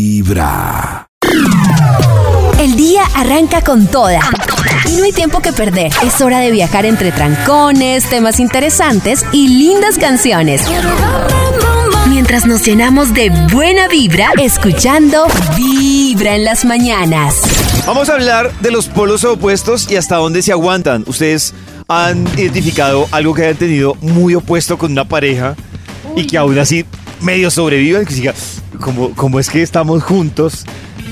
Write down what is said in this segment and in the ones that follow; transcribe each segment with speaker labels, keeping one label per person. Speaker 1: Vibra.
Speaker 2: El día arranca con toda. Y no hay tiempo que perder. Es hora de viajar entre trancones, temas interesantes y lindas canciones. Mientras nos llenamos de buena vibra, escuchando Vibra en las mañanas.
Speaker 3: Vamos a hablar de los polos opuestos y hasta dónde se aguantan. Ustedes han identificado algo que hayan tenido muy opuesto con una pareja y que aún así medio sobrevivan. Que siga, como, como es que estamos juntos.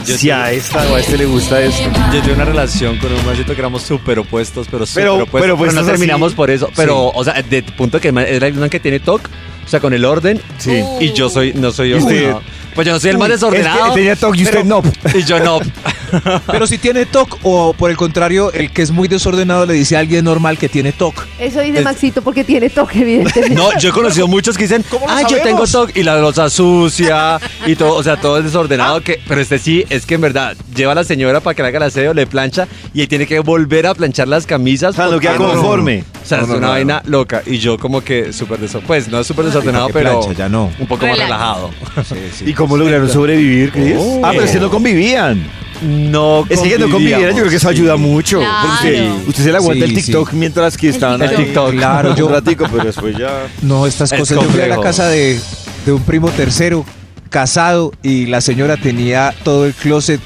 Speaker 4: Yo
Speaker 3: si a
Speaker 4: tengo-
Speaker 3: esta o a este le gusta esto.
Speaker 4: Yo tuve una relación con un mancito que éramos súper opuestos, pero súper
Speaker 3: Pero-
Speaker 4: opuestos. Pero,
Speaker 3: pero pues, opuestos
Speaker 4: no
Speaker 3: así.
Speaker 4: terminamos por eso. Pero,
Speaker 3: Sí.
Speaker 4: o sea, de punto que el man- es la misma que tiene TOC, o sea, con el orden.
Speaker 3: Sí.
Speaker 4: Y yo soy, no soy yo.
Speaker 3: usted-
Speaker 4: no. Pues yo no soy el más
Speaker 3: Uy, es que
Speaker 4: desordenado.
Speaker 3: tenía TOC y usted
Speaker 4: pero-
Speaker 3: no.
Speaker 4: Y yo no.
Speaker 5: Pero si tiene TOC o por el contrario, el que es muy desordenado le dice a alguien normal que tiene TOC.
Speaker 6: Eso dice
Speaker 4: Es-
Speaker 6: Maxito porque tiene toque, evidentemente.
Speaker 4: No, yo he conocido muchos que dicen,
Speaker 3: ¿Cómo lo
Speaker 4: ah, yo tengo
Speaker 3: sabemos?
Speaker 4: TOC y la losa sucia y todo, o sea, todo es
Speaker 3: Ah.
Speaker 4: desordenado. Que, pero este sí, es que en verdad, lleva a la señora para que le haga el aseo, le plancha y ahí tiene que volver a planchar las camisas.
Speaker 3: O sea, no queda
Speaker 4: porque-
Speaker 3: conforme.
Speaker 4: O sea,
Speaker 3: No,
Speaker 4: es
Speaker 3: no,
Speaker 4: una
Speaker 3: no,
Speaker 4: vaina loca. Y yo como que súper desordenado, pues no es súper desordenado,
Speaker 5: Ah, que
Speaker 4: pero
Speaker 5: plancha, ya no.
Speaker 4: un poco más relajado.
Speaker 3: ¿Y cómo lograron sobrevivir, Cris?
Speaker 4: Oh.
Speaker 3: Ah, pero es que no convivían.
Speaker 4: No
Speaker 3: Es que que no convivieran, yo creo que eso ayuda mucho. Porque
Speaker 4: Claro.
Speaker 3: usted se le aguanta
Speaker 5: Sí,
Speaker 3: el TikTok mientras que están
Speaker 4: TikTok.
Speaker 3: ahí.
Speaker 4: El TikTok.
Speaker 3: Claro, yo un ratico, pero después ya.
Speaker 5: No, estas
Speaker 4: Es
Speaker 5: cosas. Yo fui a
Speaker 4: complejo.
Speaker 5: la casa de, de un primo tercero, casado, y la señora tenía todo el closet,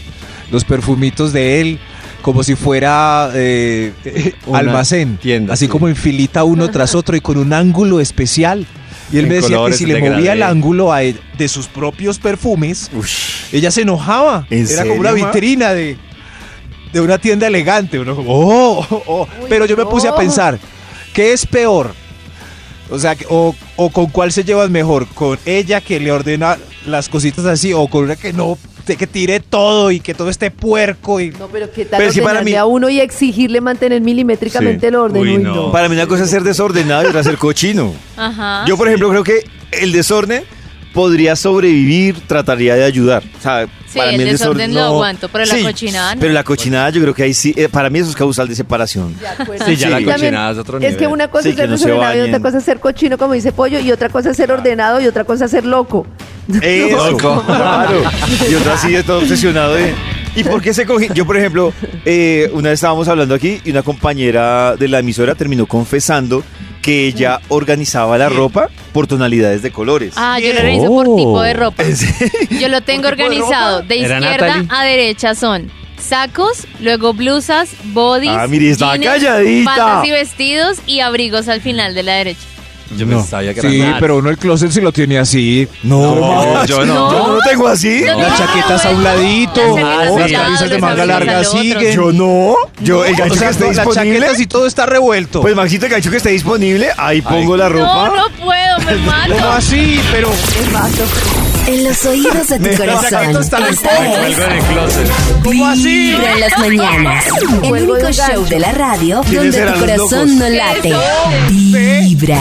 Speaker 5: los perfumitos de él, como si fuera eh,
Speaker 4: Una
Speaker 5: almacén.
Speaker 4: tienda,
Speaker 5: así
Speaker 4: sí.
Speaker 5: como en filita uno tras otro y con un ángulo especial. Y él
Speaker 4: En
Speaker 5: me decía que
Speaker 4: colores
Speaker 5: si le
Speaker 4: de
Speaker 5: movía el
Speaker 4: gradé.
Speaker 5: ángulo a él de sus propios perfumes,
Speaker 3: Ush.
Speaker 5: Ella se enojaba.
Speaker 3: ¿En
Speaker 5: Era
Speaker 3: serio,
Speaker 5: como una
Speaker 3: ma?
Speaker 5: vitrina de, de una tienda elegante. uno como, oh, oh, oh.
Speaker 6: Uy,
Speaker 5: Pero yo me
Speaker 6: no.
Speaker 5: puse a pensar, ¿qué es peor? O sea, que- o, o con cuál se llevan mejor, con ella que le ordena las cositas así, o con una que no, te- que tire todo y que todo esté puerco y
Speaker 6: No, pero qué tal
Speaker 3: Pero si para
Speaker 6: ordenarle
Speaker 3: mí-
Speaker 6: a uno y exigirle mantener milimétricamente
Speaker 3: Sí.
Speaker 6: el orden.
Speaker 4: Uy,
Speaker 6: Uy,
Speaker 4: no.
Speaker 6: no.
Speaker 3: Para mí una cosa es ser desordenado y otra ser cochino. Yo, por ejemplo, creo que el desorden podría sobrevivir, trataría de ayudar. O sea,
Speaker 7: Sí, el desorden lo aguanto, pero la cochinada no.
Speaker 3: Pero la cochinada yo creo que ahí sí, eh, para mí eso es causal de separación.
Speaker 6: De acuerdo.
Speaker 4: Sí, ya
Speaker 3: la
Speaker 6: también
Speaker 4: cochinada es otro
Speaker 6: Es que
Speaker 4: nivel.
Speaker 6: una cosa
Speaker 3: Sí,
Speaker 6: es
Speaker 3: que
Speaker 6: ser
Speaker 3: no se
Speaker 6: desordenado y
Speaker 3: bañen.
Speaker 6: otra cosa es ser cochino, como dice Pollo, y otra cosa es ser ordenado y otra cosa es ser loco.
Speaker 3: Eso,
Speaker 4: Loco.
Speaker 3: claro. Y otra así de todo obsesionado de... ¿Y por qué se cogió? Yo, por ejemplo, eh, una vez estábamos hablando aquí y una compañera de la emisora terminó confesando que ella organizaba la ropa por tonalidades de colores.
Speaker 7: Ah, yo lo organizo por tipo de ropa. Yo lo tengo
Speaker 3: ¿Por tipo de
Speaker 7: organizado. De
Speaker 3: ropa?
Speaker 4: Oh. Era
Speaker 7: izquierda
Speaker 4: Natalie.
Speaker 7: a derecha son sacos, luego blusas, bodies,
Speaker 3: Ah, mire, estaba
Speaker 7: jeans,
Speaker 3: calladita.
Speaker 7: patas y vestidos y abrigos al final de la derecha.
Speaker 4: Yo
Speaker 5: No.
Speaker 4: sabía que
Speaker 5: Sí,
Speaker 4: era nada.
Speaker 5: pero uno el closet si lo tiene así.
Speaker 3: No,
Speaker 4: No,
Speaker 3: yo
Speaker 4: yo
Speaker 3: no.
Speaker 4: no.
Speaker 3: Yo no lo tengo así.
Speaker 7: No.
Speaker 5: Las chaquetas a un
Speaker 7: Las
Speaker 5: ladito,
Speaker 7: chaquetas
Speaker 4: a un
Speaker 5: las
Speaker 4: lado,
Speaker 5: camisas de
Speaker 4: los
Speaker 5: manga
Speaker 4: abrigos
Speaker 5: larga
Speaker 7: al otro.
Speaker 5: siguen.
Speaker 3: Yo no. Yo, el gancho
Speaker 5: O sea,
Speaker 3: que esté
Speaker 5: no, las
Speaker 3: disponible.
Speaker 5: chaquetas y todo está revuelto.
Speaker 3: Pues Maxito, el gancho que esté disponible, ahí pongo la ropa.
Speaker 7: No, no puedo, me
Speaker 5: ¿Cómo
Speaker 7: mato.
Speaker 5: así? Ah, Pero...
Speaker 2: En los oídos de tu corazón. Esta es Vibra en las mañanas. El
Speaker 6: Cuelgo de
Speaker 2: único
Speaker 6: un
Speaker 2: show
Speaker 6: gancho.
Speaker 2: de la radio
Speaker 3: ¿Quiénes
Speaker 2: donde
Speaker 3: eran
Speaker 2: tu
Speaker 3: los locos?
Speaker 2: corazón no late. Vibra.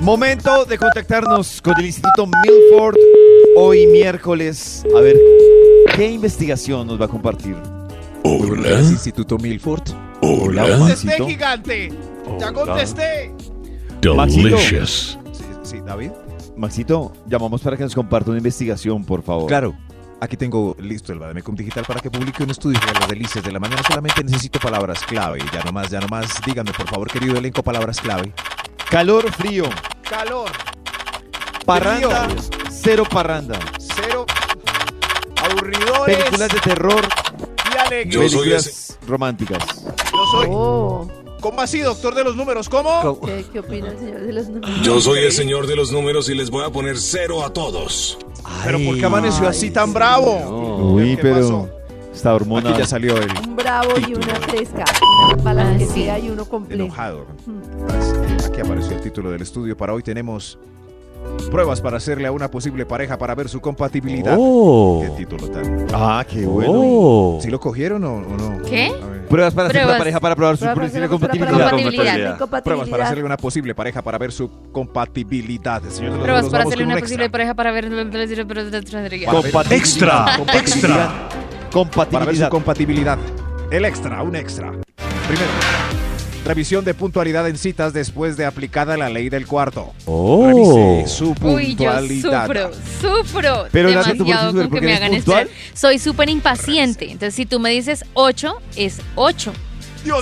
Speaker 3: Momento de contactarnos con el Instituto Milford hoy miércoles. A ver, ¿qué investigación nos va a compartir?
Speaker 1: Hola,
Speaker 5: Instituto Milford.
Speaker 3: Hola, Maxito.
Speaker 5: Este gigante. Ya contesté.
Speaker 1: delicious.
Speaker 5: Sí, sí, David.
Speaker 3: Maxito, llamamos para que nos comparta una investigación, por favor.
Speaker 5: Oh. Claro. Aquí tengo listo el Bademecum Digital para que publique un estudio de las delicias de la mañana. Solamente necesito palabras clave. Ya nomás, ya nomás. Díganme, por favor, querido elenco, palabras clave.
Speaker 3: Calor, frío.
Speaker 5: Calor,
Speaker 3: Parranda,
Speaker 5: Frío.
Speaker 3: cero parranda.
Speaker 5: cero, aburridores
Speaker 3: Películas de terror,
Speaker 5: y alegres.
Speaker 1: Yo soy
Speaker 3: películas románticas.
Speaker 5: Yo
Speaker 6: Oh,
Speaker 5: ¿Cómo así, doctor de los números? ¿Cómo?
Speaker 6: ¿qué, qué opina el señor de los números?
Speaker 1: Yo soy el señor de los números y les voy a poner cero a todos.
Speaker 5: ¿Pero por qué amaneció así tan bravo?
Speaker 3: Uy,
Speaker 5: ¿Qué
Speaker 3: pero
Speaker 5: pasó?
Speaker 3: está hormona.
Speaker 5: Aquí ya salió el
Speaker 6: Un bravo y una fresca. Una
Speaker 7: Ah,
Speaker 6: palabra que
Speaker 7: sí.
Speaker 6: sea y uno completo.
Speaker 5: enojado.
Speaker 6: Mm.
Speaker 5: Aquí apareció el título del estudio. Para hoy tenemos Pruebas para hacerle a una posible pareja para ver su compatibilidad.
Speaker 4: Oh.
Speaker 5: Qué título tan.
Speaker 3: Ah, qué
Speaker 4: Oh.
Speaker 5: ¿Sí lo cogieron o, o no?
Speaker 7: ¿Qué?
Speaker 5: A ver.
Speaker 3: Pruebas para hacer una
Speaker 7: Pruebas.
Speaker 3: pareja para probar su
Speaker 6: Pruebas
Speaker 3: posible
Speaker 6: para- para- para-
Speaker 3: compatibilidad.
Speaker 7: Compatibilidad.
Speaker 5: Pruebas para
Speaker 6: Compatibilidad.
Speaker 5: hacerle una posible pareja para ver su compatibilidad. Señor de los
Speaker 7: Pruebas
Speaker 5: números,
Speaker 7: para
Speaker 5: vamos
Speaker 7: hacerle
Speaker 5: con
Speaker 7: una
Speaker 5: un extra.
Speaker 7: posible pareja para ver.
Speaker 3: Compa-
Speaker 1: Extra, extra.
Speaker 5: Compatibilidad. Para ver
Speaker 3: Compatibilidad.
Speaker 5: su compatibilidad. El extra, un extra. Primero, revisión de puntualidad en citas después de aplicada la ley del cuarto.
Speaker 4: Oh.
Speaker 5: Revise su
Speaker 7: Uy, yo
Speaker 5: puntualidad.
Speaker 7: sufro, sufro
Speaker 3: Pero, Nati, ¿tú por qué
Speaker 7: demasiado
Speaker 3: sufres?
Speaker 7: con que
Speaker 3: ¿Porque
Speaker 7: me
Speaker 3: eres
Speaker 7: hagan
Speaker 3: puntual?
Speaker 7: estrés. Soy súper impaciente. Entonces, si tú me dices 8, es 8.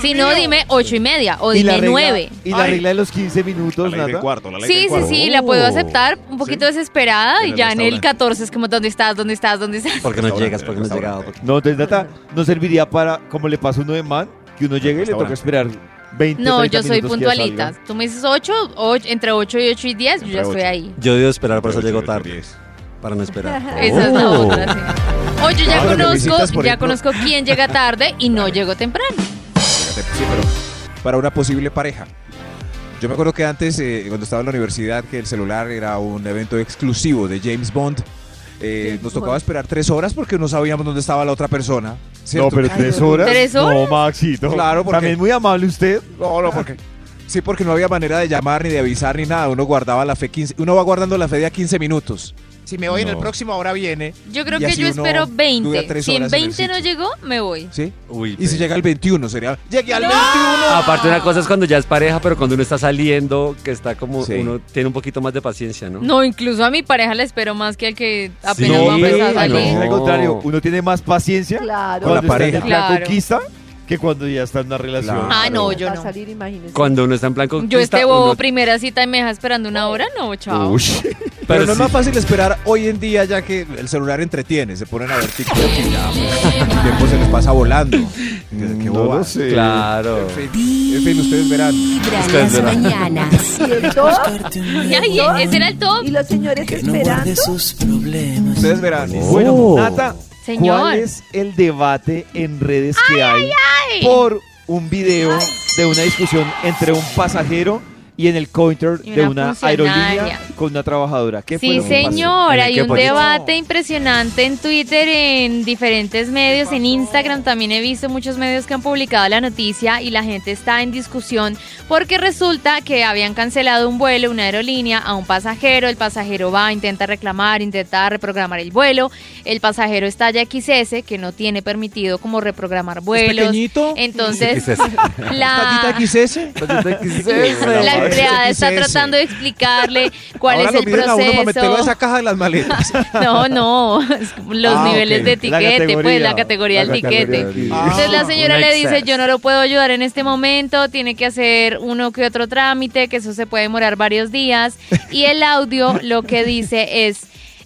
Speaker 7: Si no, dime 8 y media o
Speaker 3: Y la
Speaker 7: dime
Speaker 3: regla-
Speaker 7: 9.
Speaker 3: Y la regla de los 15 minutos,
Speaker 5: la ley del
Speaker 3: Nata.
Speaker 5: cuarto, la ley del
Speaker 7: Sí, sí,
Speaker 5: cuarto.
Speaker 7: sí, la puedo
Speaker 4: Oh.
Speaker 7: aceptar, un poquito desesperada
Speaker 5: En
Speaker 7: y
Speaker 5: el
Speaker 7: ya en el
Speaker 5: restaurante.
Speaker 7: 14 es como, ¿dónde estás? ¿Dónde estás? ¿Dónde estás?
Speaker 4: ¿Por qué no llegas? ¿Por qué no has llegado? ¿Por qué-
Speaker 3: No, entonces Nata no serviría para, como le pasa a uno de man, que uno llegue y le toca esperar 20
Speaker 7: No,
Speaker 3: 30
Speaker 7: yo soy
Speaker 3: minutos que ya
Speaker 7: puntualita.
Speaker 3: salga.
Speaker 7: Tú me dices 8, entre 8 y 8 y 10, yo ya
Speaker 5: Entre
Speaker 7: estoy
Speaker 5: ocho.
Speaker 7: ahí.
Speaker 4: Yo debo esperar, por eso
Speaker 5: Ocho,
Speaker 4: llego
Speaker 5: ocho,
Speaker 4: tarde.
Speaker 5: diez.
Speaker 4: Para no esperar.
Speaker 7: Esa es la
Speaker 4: Oh.
Speaker 7: otra, sí. O yo ya
Speaker 5: Ah, pero visitas,
Speaker 7: conozco,
Speaker 5: por
Speaker 7: ya
Speaker 5: ejemplo.
Speaker 7: conozco quién llega tarde y no llegó temprano.
Speaker 5: Sí, pero para una posible pareja. Yo me acuerdo que antes, eh, cuando estaba en la universidad, que el celular era un evento exclusivo de James Bond. Eh, nos tocaba esperar tres horas porque no sabíamos dónde estaba la otra persona. ¿cierto?
Speaker 3: No, pero tres horas.
Speaker 7: ¿Tres
Speaker 3: No,
Speaker 7: horas?
Speaker 3: Maxito.
Speaker 5: Claro, porque-
Speaker 3: También muy amable usted.
Speaker 5: No, no, porque. Sí, porque no había manera de llamar ni de avisar ni nada. Uno guardaba la fe 15. Uno va guardando la fe de a 15 minutos. Si me voy en el próximo, ahora viene.
Speaker 7: Yo creo
Speaker 5: Y
Speaker 7: que
Speaker 5: así
Speaker 7: yo
Speaker 5: uno
Speaker 7: espero
Speaker 5: dura
Speaker 7: 20.
Speaker 5: tres
Speaker 7: Si en
Speaker 5: horas en el
Speaker 7: 20 no
Speaker 5: sitio.
Speaker 7: llegó, me voy.
Speaker 5: ¿Sí?
Speaker 4: Uy,
Speaker 5: Y si
Speaker 4: pero-
Speaker 5: llega al 21, sería. Llegué al
Speaker 7: ¡No!
Speaker 5: 21.
Speaker 4: Aparte una cosa es cuando ya es pareja, pero cuando uno está saliendo, que está como
Speaker 5: Sí.
Speaker 4: uno tiene un poquito más de paciencia, ¿no?
Speaker 7: No, incluso a mi pareja le espero más que al que apenas
Speaker 4: No,
Speaker 7: va a empezar a
Speaker 4: pero-
Speaker 7: salir.
Speaker 4: no.
Speaker 3: Al contrario, uno tiene más paciencia
Speaker 6: Claro.
Speaker 5: Con la
Speaker 3: cuando está en
Speaker 5: pareja.
Speaker 3: el plan
Speaker 7: Claro.
Speaker 3: conquista que cuando ya está en una relación.
Speaker 5: Claro.
Speaker 7: Ah, no, yo
Speaker 6: Va a
Speaker 7: no.
Speaker 6: salir, imagínese.
Speaker 4: Cuando uno está en plan
Speaker 7: Yo
Speaker 4: conquista,
Speaker 7: este bobo
Speaker 4: uno-
Speaker 7: primera cita y me deja esperando una hora, no, chao.
Speaker 3: Uy.
Speaker 5: Pero,
Speaker 4: pero
Speaker 5: no es
Speaker 4: sí.
Speaker 5: más fácil esperar hoy en día, ya que el celular entretiene. Se ponen a ver TikTok y ya. pues, El tiempo se les pasa volando. Qué, qué boba.
Speaker 4: Claro.
Speaker 5: En fin, en fin, ustedes verán.
Speaker 2: Vibra en
Speaker 4: Ustedes
Speaker 2: las
Speaker 4: verán.
Speaker 2: mañanas.
Speaker 6: Y el top,
Speaker 7: Ay, ese era el top.
Speaker 6: y los señores esperando.
Speaker 5: Ustedes verán.
Speaker 7: Oh.
Speaker 3: Bueno, Nata,
Speaker 7: Señor.
Speaker 3: ¿cuál es el debate en redes que hay por un video de una discusión entre un pasajero y en el counter
Speaker 7: Y
Speaker 3: de
Speaker 7: una
Speaker 3: una
Speaker 7: funcionaria.
Speaker 3: aerolínea con una trabajadora? ¿Qué fue
Speaker 7: Sí,
Speaker 3: lo que pasó?
Speaker 7: señor,
Speaker 4: ¿En el
Speaker 7: hay
Speaker 4: qué
Speaker 7: un
Speaker 4: pasó?
Speaker 7: debate impresionante en Twitter, en diferentes medios, en Instagram también he visto muchos medios que han publicado la noticia y la gente está en discusión porque resulta que habían cancelado un vuelo, una aerolínea, a un pasajero, el pasajero va, intenta reclamar, intenta reprogramar el vuelo, el pasajero está ya XS, que no tiene permitido como reprogramar vuelos.
Speaker 5: pequeñito?
Speaker 7: Entonces,
Speaker 4: XS.
Speaker 7: la...
Speaker 5: ¿Tallita XS?
Speaker 7: La
Speaker 5: Ahora
Speaker 7: empleada está
Speaker 5: XS.
Speaker 7: tratando de explicarle cuál
Speaker 5: Ahora
Speaker 7: es
Speaker 5: lo
Speaker 7: el
Speaker 5: piden a uno para meterlo a
Speaker 7: proceso.
Speaker 5: esa caja de las maletas.
Speaker 7: No, no, es como los
Speaker 5: Ah,
Speaker 7: niveles
Speaker 5: ok.
Speaker 7: de
Speaker 3: La
Speaker 7: etiquete, pues la categoría del
Speaker 3: la categoría
Speaker 7: tiquete.
Speaker 3: del-
Speaker 5: Ah.
Speaker 7: Entonces la señora
Speaker 4: un
Speaker 7: le dice,
Speaker 4: excess.
Speaker 7: yo no lo puedo ayudar en este momento, tiene que hacer uno que otro trámite, que eso se puede demorar varios días. Y el audio lo que dice es...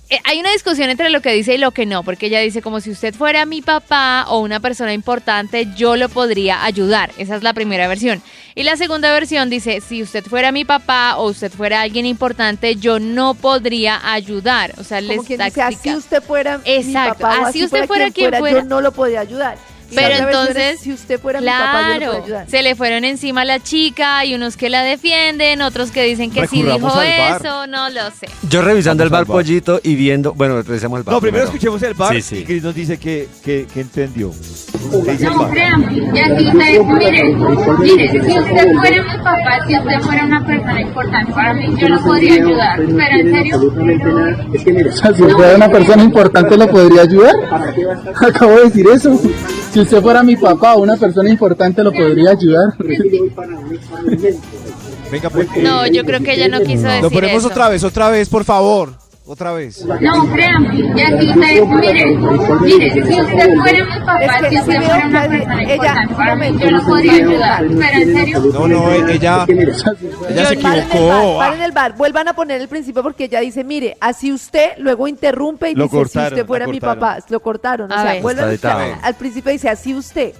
Speaker 7: eh, Hay una discusión entre lo que dice y lo que no, porque ella dice como si usted fuera mi papá o una persona importante, yo lo podría ayudar. Esa es la primera versión. Y la segunda versión dice, si usted fuera mi papá o usted fuera alguien importante, yo no podría ayudar. O sea, le
Speaker 6: Como quien
Speaker 7: está
Speaker 6: dice, así
Speaker 7: explicando.
Speaker 6: usted fuera mi
Speaker 7: Exacto,
Speaker 6: papá, o
Speaker 7: así usted fuera quien fuera.
Speaker 6: yo no lo podía ayudar. Y la
Speaker 7: Pero
Speaker 6: otra versión es,
Speaker 7: entonces,
Speaker 6: si usted fuera mi papá, yo no lo
Speaker 7: Claro,
Speaker 6: podía ayudar.
Speaker 7: se le fueron encima a la chica, hay unos que la defienden, otros que dicen que sí
Speaker 3: Recurramos
Speaker 7: dijo
Speaker 3: al bar.
Speaker 7: eso, no lo sé.
Speaker 4: Yo revisando el
Speaker 5: Vamos al
Speaker 4: bar
Speaker 5: bar.
Speaker 4: pollito y viendo, bueno, revisemos el bar.
Speaker 3: No, primero escuchemos el bar
Speaker 4: Sí, sí.
Speaker 3: y Cris nos dice que, que, que entendió. ¿Qué dice el
Speaker 8: No,
Speaker 5: pues,
Speaker 3: bar?
Speaker 8: crean, ya si ustedes, miren, miren, si usted fuera mi papá, si usted fuera una persona importante para mí, yo lo podría ayudar, pero en serio,
Speaker 9: Si usted fuera una persona importante, ¿lo podría ayudar? Acabo de decir eso. Si usted fuera mi papá o una persona importante, ¿lo podría ayudar?
Speaker 5: Venga, pues.
Speaker 7: No, yo creo que ella no quiso decir
Speaker 5: Lo ponemos
Speaker 7: eso.
Speaker 5: otra vez, otra vez, por favor. Otra vez.
Speaker 8: no, crean, ya si ustedes, miren, miren, si usted fuera mi
Speaker 6: Es
Speaker 8: papá,
Speaker 6: que
Speaker 8: si
Speaker 6: sí
Speaker 8: usted
Speaker 6: veo
Speaker 8: fuera una
Speaker 6: que
Speaker 8: persona
Speaker 6: ella-
Speaker 8: importante para mí,
Speaker 6: momento,
Speaker 8: yo lo podría ayudar, pero en serio,
Speaker 5: No, no, e- ella, ella se
Speaker 6: Paren el bar,
Speaker 5: equivocó. ah.
Speaker 6: paren el bar, vuelvan a poner el principio porque ella dice, mire, así usted, luego interrumpe y
Speaker 3: Lo
Speaker 6: dice,
Speaker 3: cortaron,
Speaker 6: si usted fuera
Speaker 3: lo
Speaker 6: mi
Speaker 3: cortaron.
Speaker 6: papá, lo cortaron, o
Speaker 7: A
Speaker 6: sea,
Speaker 7: ver.
Speaker 6: vuelvan
Speaker 4: Está editado.
Speaker 6: al principio dice, así usted.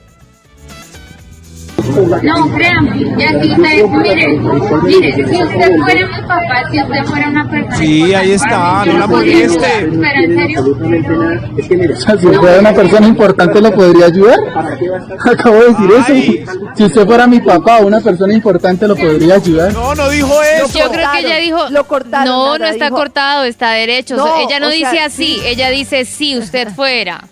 Speaker 8: No, créanme, ya sí, ustedes, mire, mire, si usted fuera mi papá, si usted fuera una persona
Speaker 5: Sí, ahí está, no la moleste.
Speaker 8: Pero en serio,
Speaker 9: O sea, si fuera una persona importante lo podría ayudar. Acabo de decir eso. Si usted fuera mi papá o una persona importante lo podría ayudar.
Speaker 5: No, no dijo eso.
Speaker 7: Yo creo que ella dijo.
Speaker 6: Lo cortaron.
Speaker 7: no,
Speaker 6: Nara,
Speaker 7: no está
Speaker 6: dijo,
Speaker 7: cortado, está derecho.
Speaker 6: No,
Speaker 7: ella no
Speaker 6: o
Speaker 7: dice
Speaker 6: sea,
Speaker 7: así,
Speaker 6: sí.
Speaker 7: ella dice si usted fuera.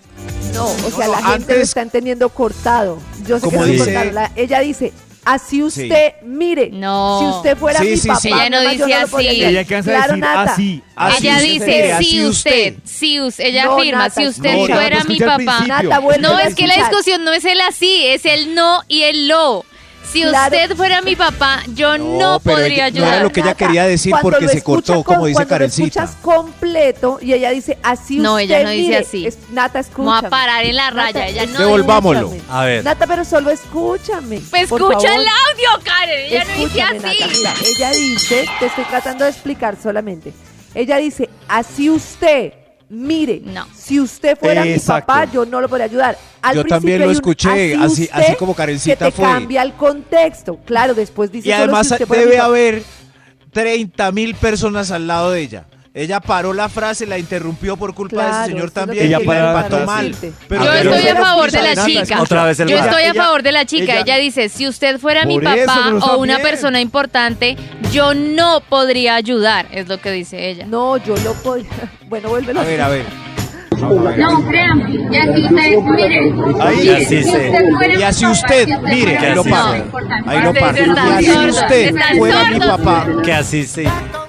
Speaker 6: No, o sea,
Speaker 5: No,
Speaker 6: la gente lo
Speaker 5: antes-
Speaker 6: está entendiendo cortado. Yo sé que
Speaker 5: Como
Speaker 6: no lo
Speaker 5: dice-
Speaker 6: cortaron. La- ella dice, así usted, mire,
Speaker 7: No.
Speaker 6: si usted fuera
Speaker 5: Sí,
Speaker 6: mi
Speaker 5: sí,
Speaker 6: papá,
Speaker 5: sí.
Speaker 7: Ella no
Speaker 6: mamá, yo
Speaker 7: dice
Speaker 6: lo podría
Speaker 7: así.
Speaker 6: hacer".
Speaker 7: Ella
Speaker 6: Claro, Nata.
Speaker 5: Así
Speaker 7: ella
Speaker 5: usted
Speaker 7: dice
Speaker 5: fuera, así
Speaker 7: si usted, si usted, ella
Speaker 6: No,
Speaker 7: afirma,
Speaker 6: Nata,
Speaker 7: si usted
Speaker 6: no, Nata,
Speaker 7: fuera mi
Speaker 3: escucha al
Speaker 7: papá.
Speaker 3: principio.
Speaker 6: Nata, vuelve
Speaker 7: No,
Speaker 6: a
Speaker 7: es que la
Speaker 6: escuchar.
Speaker 7: discusión no es el así, es el no y el lo. Si
Speaker 6: Claro.
Speaker 7: usted fuera mi papá, yo no,
Speaker 5: pero
Speaker 7: podría
Speaker 5: ella- no era
Speaker 7: ayudar.
Speaker 5: lo que ella
Speaker 6: Nata,
Speaker 5: quería decir
Speaker 6: cuando
Speaker 5: porque
Speaker 6: lo
Speaker 5: se
Speaker 6: escucha con-
Speaker 5: cortó, como dice
Speaker 6: cuando lo
Speaker 5: Karencita.
Speaker 6: escuchas completo y ella dice, así
Speaker 7: No,
Speaker 6: usted
Speaker 7: ella no dice
Speaker 6: mire".
Speaker 7: así.
Speaker 6: Es- Nata, escúchame.
Speaker 7: Vamos a parar en la
Speaker 6: Nata,
Speaker 7: raya. Ella no.
Speaker 5: Devolvámoslo.
Speaker 6: escúchame.
Speaker 4: A ver.
Speaker 6: Nata, pero solo escúchame.
Speaker 7: Pues
Speaker 6: por
Speaker 7: escucha
Speaker 6: favor.
Speaker 7: el audio, Karen. Ella no dice
Speaker 6: Escúchame,
Speaker 7: así.
Speaker 6: Nata, mira, ella dice, te estoy tratando de explicar solamente. Ella dice, así usted, mire,
Speaker 7: No.
Speaker 6: si usted fuera
Speaker 5: Exacto.
Speaker 6: mi papá, yo no lo podría ayudar. Al
Speaker 5: Yo
Speaker 6: principio
Speaker 5: también lo
Speaker 6: hay un
Speaker 5: escuché, así-
Speaker 6: usted
Speaker 5: así como Karencita
Speaker 6: que te
Speaker 5: fue.
Speaker 6: cambia el contexto. Claro, después dice
Speaker 5: Y
Speaker 6: solo
Speaker 5: además
Speaker 6: si usted fuera mi
Speaker 5: debe
Speaker 6: papá.
Speaker 5: haber 30 mil personas al lado de ella. Ella paró la frase, la interrumpió por culpa de
Speaker 6: Claro,
Speaker 5: ese
Speaker 6: eso
Speaker 5: señor
Speaker 6: es lo
Speaker 5: también.
Speaker 3: que
Speaker 5: Ella
Speaker 3: quería
Speaker 5: la empató
Speaker 3: decirte.
Speaker 5: mal.
Speaker 6: Pero
Speaker 7: Yo
Speaker 5: Pero-
Speaker 7: estoy a
Speaker 5: pero-
Speaker 7: favor de la
Speaker 5: Nata,
Speaker 7: chica.
Speaker 5: escucha.
Speaker 4: Otra vez el
Speaker 7: Yo
Speaker 4: bar.
Speaker 7: estoy a
Speaker 5: Ella-
Speaker 7: favor de la chica. Ella,
Speaker 5: ella-
Speaker 7: dice, si usted fuera mi
Speaker 3: Por eso,
Speaker 7: papá
Speaker 3: pero está
Speaker 7: o una
Speaker 3: bien.
Speaker 7: persona importante, yo no podría ayudar, es lo que dice ella.
Speaker 6: No, yo lo podía. Bueno, vuélvelo.
Speaker 5: A ver, a ver.
Speaker 8: no, créanme, ya sí, ustedes, mire,
Speaker 5: Ahí
Speaker 8: mire,
Speaker 5: así
Speaker 8: si
Speaker 5: se-
Speaker 8: usted fuera
Speaker 5: y
Speaker 8: mi
Speaker 5: así
Speaker 8: papá,
Speaker 5: usted,
Speaker 8: si usted
Speaker 5: mire,
Speaker 8: fuera
Speaker 4: ahí
Speaker 8: mi
Speaker 4: lo
Speaker 8: papá,
Speaker 4: paro.
Speaker 8: importante
Speaker 5: Ahí lo
Speaker 8: para mí,
Speaker 5: paro.
Speaker 7: Ustedes
Speaker 5: Y
Speaker 7: están
Speaker 5: así
Speaker 7: sordos,
Speaker 5: usted
Speaker 7: están
Speaker 5: fuera mi
Speaker 7: sordos.
Speaker 5: papá.
Speaker 4: Que así sí.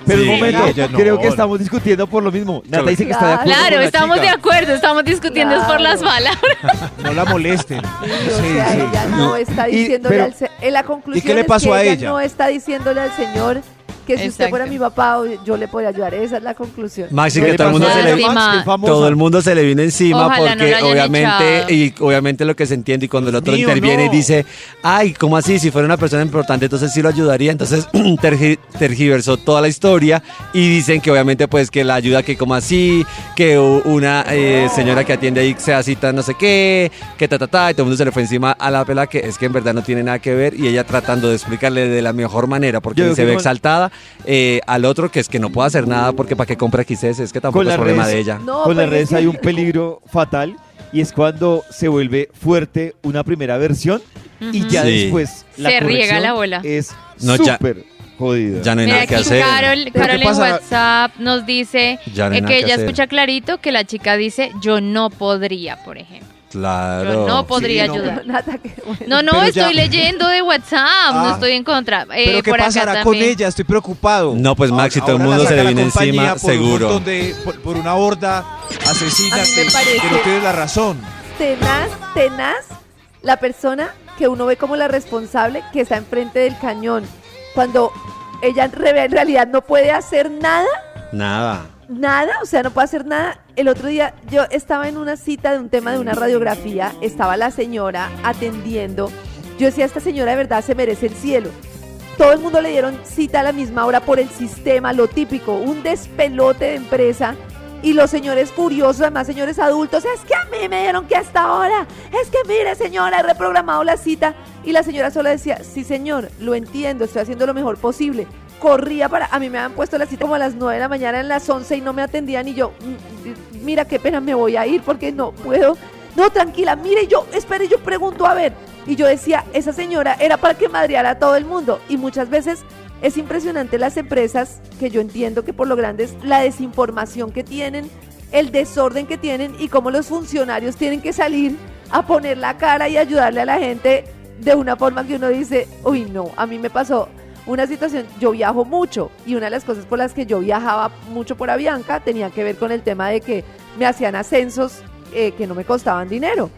Speaker 3: Pero
Speaker 4: Sí.
Speaker 3: un momento,
Speaker 5: Ella no.
Speaker 3: creo que estamos discutiendo por lo mismo. Nata dice que está de acuerdo.
Speaker 6: Claro,
Speaker 3: con
Speaker 7: Claro,
Speaker 3: la
Speaker 7: estamos
Speaker 3: chica.
Speaker 7: de acuerdo, estamos discutiendo es por las
Speaker 6: Claro.
Speaker 7: palabras.
Speaker 5: No la molesten.
Speaker 6: O
Speaker 5: Sí,
Speaker 6: sea,
Speaker 5: sí.
Speaker 6: ella no está
Speaker 3: Y-
Speaker 6: diciéndole
Speaker 3: pero-
Speaker 6: al se- eh, la conclusión
Speaker 5: le
Speaker 6: es
Speaker 5: pasó
Speaker 6: que
Speaker 5: a
Speaker 6: ella,
Speaker 5: ella?
Speaker 6: no está diciéndole al señor que si usted
Speaker 7: Exacto.
Speaker 6: fuera mi papá o- yo le podría ayudar. Esa es la conclusión.
Speaker 4: Maxi,
Speaker 3: ¿Qué
Speaker 4: que
Speaker 3: le
Speaker 4: todo el,
Speaker 3: pasó
Speaker 4: mundo
Speaker 3: a
Speaker 4: se
Speaker 3: ella,
Speaker 4: le,
Speaker 7: Lástima.
Speaker 3: Max, que es famosa?
Speaker 4: todo el mundo se le vino encima
Speaker 7: Ojalá no
Speaker 4: porque
Speaker 7: la hayan
Speaker 4: obviamente
Speaker 7: echado.
Speaker 4: y obviamente lo que se entiende y cuando el otro
Speaker 5: mío,
Speaker 4: interviene
Speaker 5: no.
Speaker 4: y dice, ay, ¿cómo así? Si fuera una persona importante, entonces sí lo ayudaría. Entonces tergi- tergiversó toda la historia y dicen que obviamente pues que la ayuda que como así, que u- una eh, señora que atiende ahí sea así tan no sé qué, que ta ta ta, y todo el mundo se le fue encima a la pela que es que en verdad no tiene nada que ver y ella tratando de explicarle de la mejor manera porque
Speaker 3: Yo
Speaker 4: ni
Speaker 3: creo
Speaker 4: se
Speaker 3: que
Speaker 4: ve
Speaker 3: con-
Speaker 4: exaltada eh, al otro que es que no puede hacer nada porque para qué compra XS, es que tampoco
Speaker 3: Con
Speaker 4: es
Speaker 3: las
Speaker 4: problema
Speaker 3: redes-
Speaker 4: de ella.
Speaker 6: No,
Speaker 3: Con las
Speaker 6: pero es
Speaker 3: redes
Speaker 6: que-
Speaker 3: hay un peligro fatal y es cuando se vuelve fuerte una primera versión y ya
Speaker 4: Ujú. Sí.
Speaker 3: después la
Speaker 7: Se riega
Speaker 3: corrección
Speaker 7: la bola.
Speaker 3: Es
Speaker 4: No, ya-
Speaker 3: súper jodida.
Speaker 4: Ya no hay
Speaker 7: Mira
Speaker 4: nada
Speaker 7: aquí
Speaker 4: que hacer.
Speaker 7: Carol,
Speaker 5: ¿Pero
Speaker 7: Carol
Speaker 5: qué
Speaker 7: en
Speaker 5: pasa?
Speaker 7: WhatsApp nos dice
Speaker 4: Ya no hay
Speaker 7: eh,
Speaker 4: nada
Speaker 7: que
Speaker 4: que
Speaker 7: ella
Speaker 4: hacer.
Speaker 7: escucha clarito que la chica dice yo no podría, por ejemplo.
Speaker 4: Claro.
Speaker 7: Yo no podría
Speaker 5: no.
Speaker 7: ayudar.
Speaker 6: Nata, qué bueno.
Speaker 7: No, no,
Speaker 5: Pero ya-
Speaker 7: estoy leyendo de WhatsApp, no
Speaker 5: Ah.
Speaker 7: estoy en contra. Eh,
Speaker 5: Pero ¿qué
Speaker 7: por acá
Speaker 5: pasará con
Speaker 7: también.
Speaker 5: ella? Estoy preocupado.
Speaker 4: No, pues, Max, si todo el
Speaker 5: Ahora
Speaker 4: mundo
Speaker 5: la
Speaker 4: se le
Speaker 5: saca la
Speaker 4: viene
Speaker 5: compañía
Speaker 4: encima,
Speaker 5: por un
Speaker 4: seguro.
Speaker 5: montón de- por, por una horda asesina
Speaker 6: A mí me
Speaker 5: que,
Speaker 6: parece-
Speaker 5: que no tiene la razón.
Speaker 6: Tenaz, tenaz, la persona que uno ve como la responsable que está enfrente del cañón. Cuando ella en re- en realidad no puede hacer nada,
Speaker 4: Nada.
Speaker 6: nada, o sea, no puedo hacer nada. El otro día yo estaba en una cita de un tema de una radiografía, estaba la señora atendiendo. Yo decía, esta señora de verdad se merece el cielo. Todo el mundo le dieron cita a la misma hora por el sistema, lo típico, un despelote de empresa. Y los señores furiosos, además señores adultos, es que a mí me dieron que hasta ahora, es que mire señora, he reprogramado la cita. Y la señora solo decía, sí señor, lo entiendo, estoy haciendo lo mejor posible. Corría para, a mí me habían puesto la cita como a las 9 de la mañana, en las 11 y no me atendían y yo, "Mm, mira qué pena, me voy a ir porque no puedo. No, tranquila, mire yo, espere, yo pregunto a ver. Y yo decía, esa señora era para que madreara a todo el mundo. Y muchas veces es impresionante las empresas, que yo entiendo que por lo grande es la desinformación que tienen, el desorden que tienen y cómo los funcionarios tienen que salir a poner la cara y ayudarle a la gente de una forma que uno dice, uy no, a mí me pasó una situación, yo viajo mucho y una de las cosas por las que yo viajaba mucho por Avianca tenía que ver con el tema de que me hacían ascensos eh, que no me costaban dinero.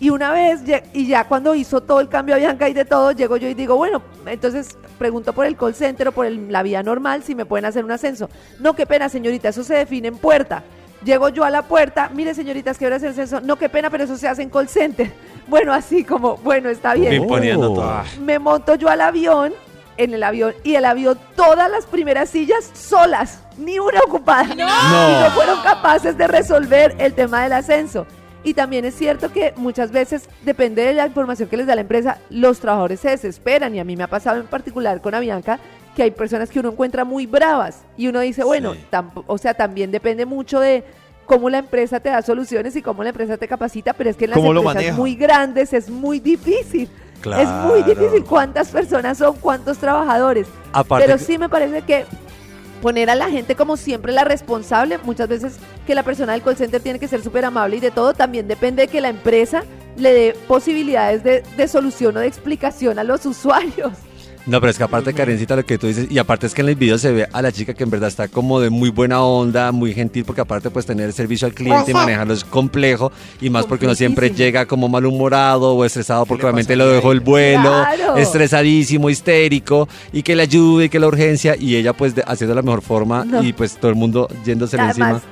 Speaker 6: Y una vez, lle- y ya cuando hizo todo el cambio a Bianca y de todo, llego yo y digo, bueno, entonces pregunto por el call center o por el- la vía normal si me pueden hacer un ascenso. No, qué pena, señorita, eso se define en puerta. Llego yo a la puerta, mire, señorita, es que voy a hacer ascenso. No, qué pena, pero eso se hace en call center. Bueno, así como, bueno, está bien
Speaker 4: Imponiendo todo.
Speaker 6: me monto yo al avión, en el avión, y el avión, todas las primeras sillas solas, ni una ocupada. Y no fueron capaces de resolver el tema del ascenso. Y también es cierto que muchas veces, depende de la información que les da la empresa, los trabajadores se desesperan. Y a mí me ha pasado en particular con Avianca que hay personas que uno encuentra muy bravas y uno dice, bueno, tampo- o sea, también depende mucho de cómo la empresa te da soluciones y cómo la empresa te capacita, pero es que en las
Speaker 3: ¿Cómo lo
Speaker 6: empresas
Speaker 3: maneja?
Speaker 6: muy grandes es muy difícil. Es muy
Speaker 3: Claro.
Speaker 6: difícil cuántas personas son, cuántos trabajadores.
Speaker 4: Aparte
Speaker 6: pero
Speaker 4: que-
Speaker 6: sí me parece que poner a la gente como siempre la responsable, muchas veces que la persona del call center tiene que ser súper amable y de todo, también depende de que la empresa le dé posibilidades de, de solución o de explicación a los usuarios.
Speaker 4: No, pero es que aparte, Karencita, lo que tú dices, y aparte es que en el video se ve a la chica que en verdad está como de muy buena onda, muy gentil, porque aparte pues tener el servicio al cliente y manejarlo es complejo, y más porque uno siempre
Speaker 6: Complejísimo.
Speaker 4: llega como malhumorado o estresado porque obviamente lo dejó el vuelo,
Speaker 6: Claro.
Speaker 4: estresadísimo, histérico, y que la ayude, y que la urgencia, y ella pues de- haciendo la mejor forma,
Speaker 6: No.
Speaker 4: y pues todo el mundo yéndosele encima.
Speaker 6: Además,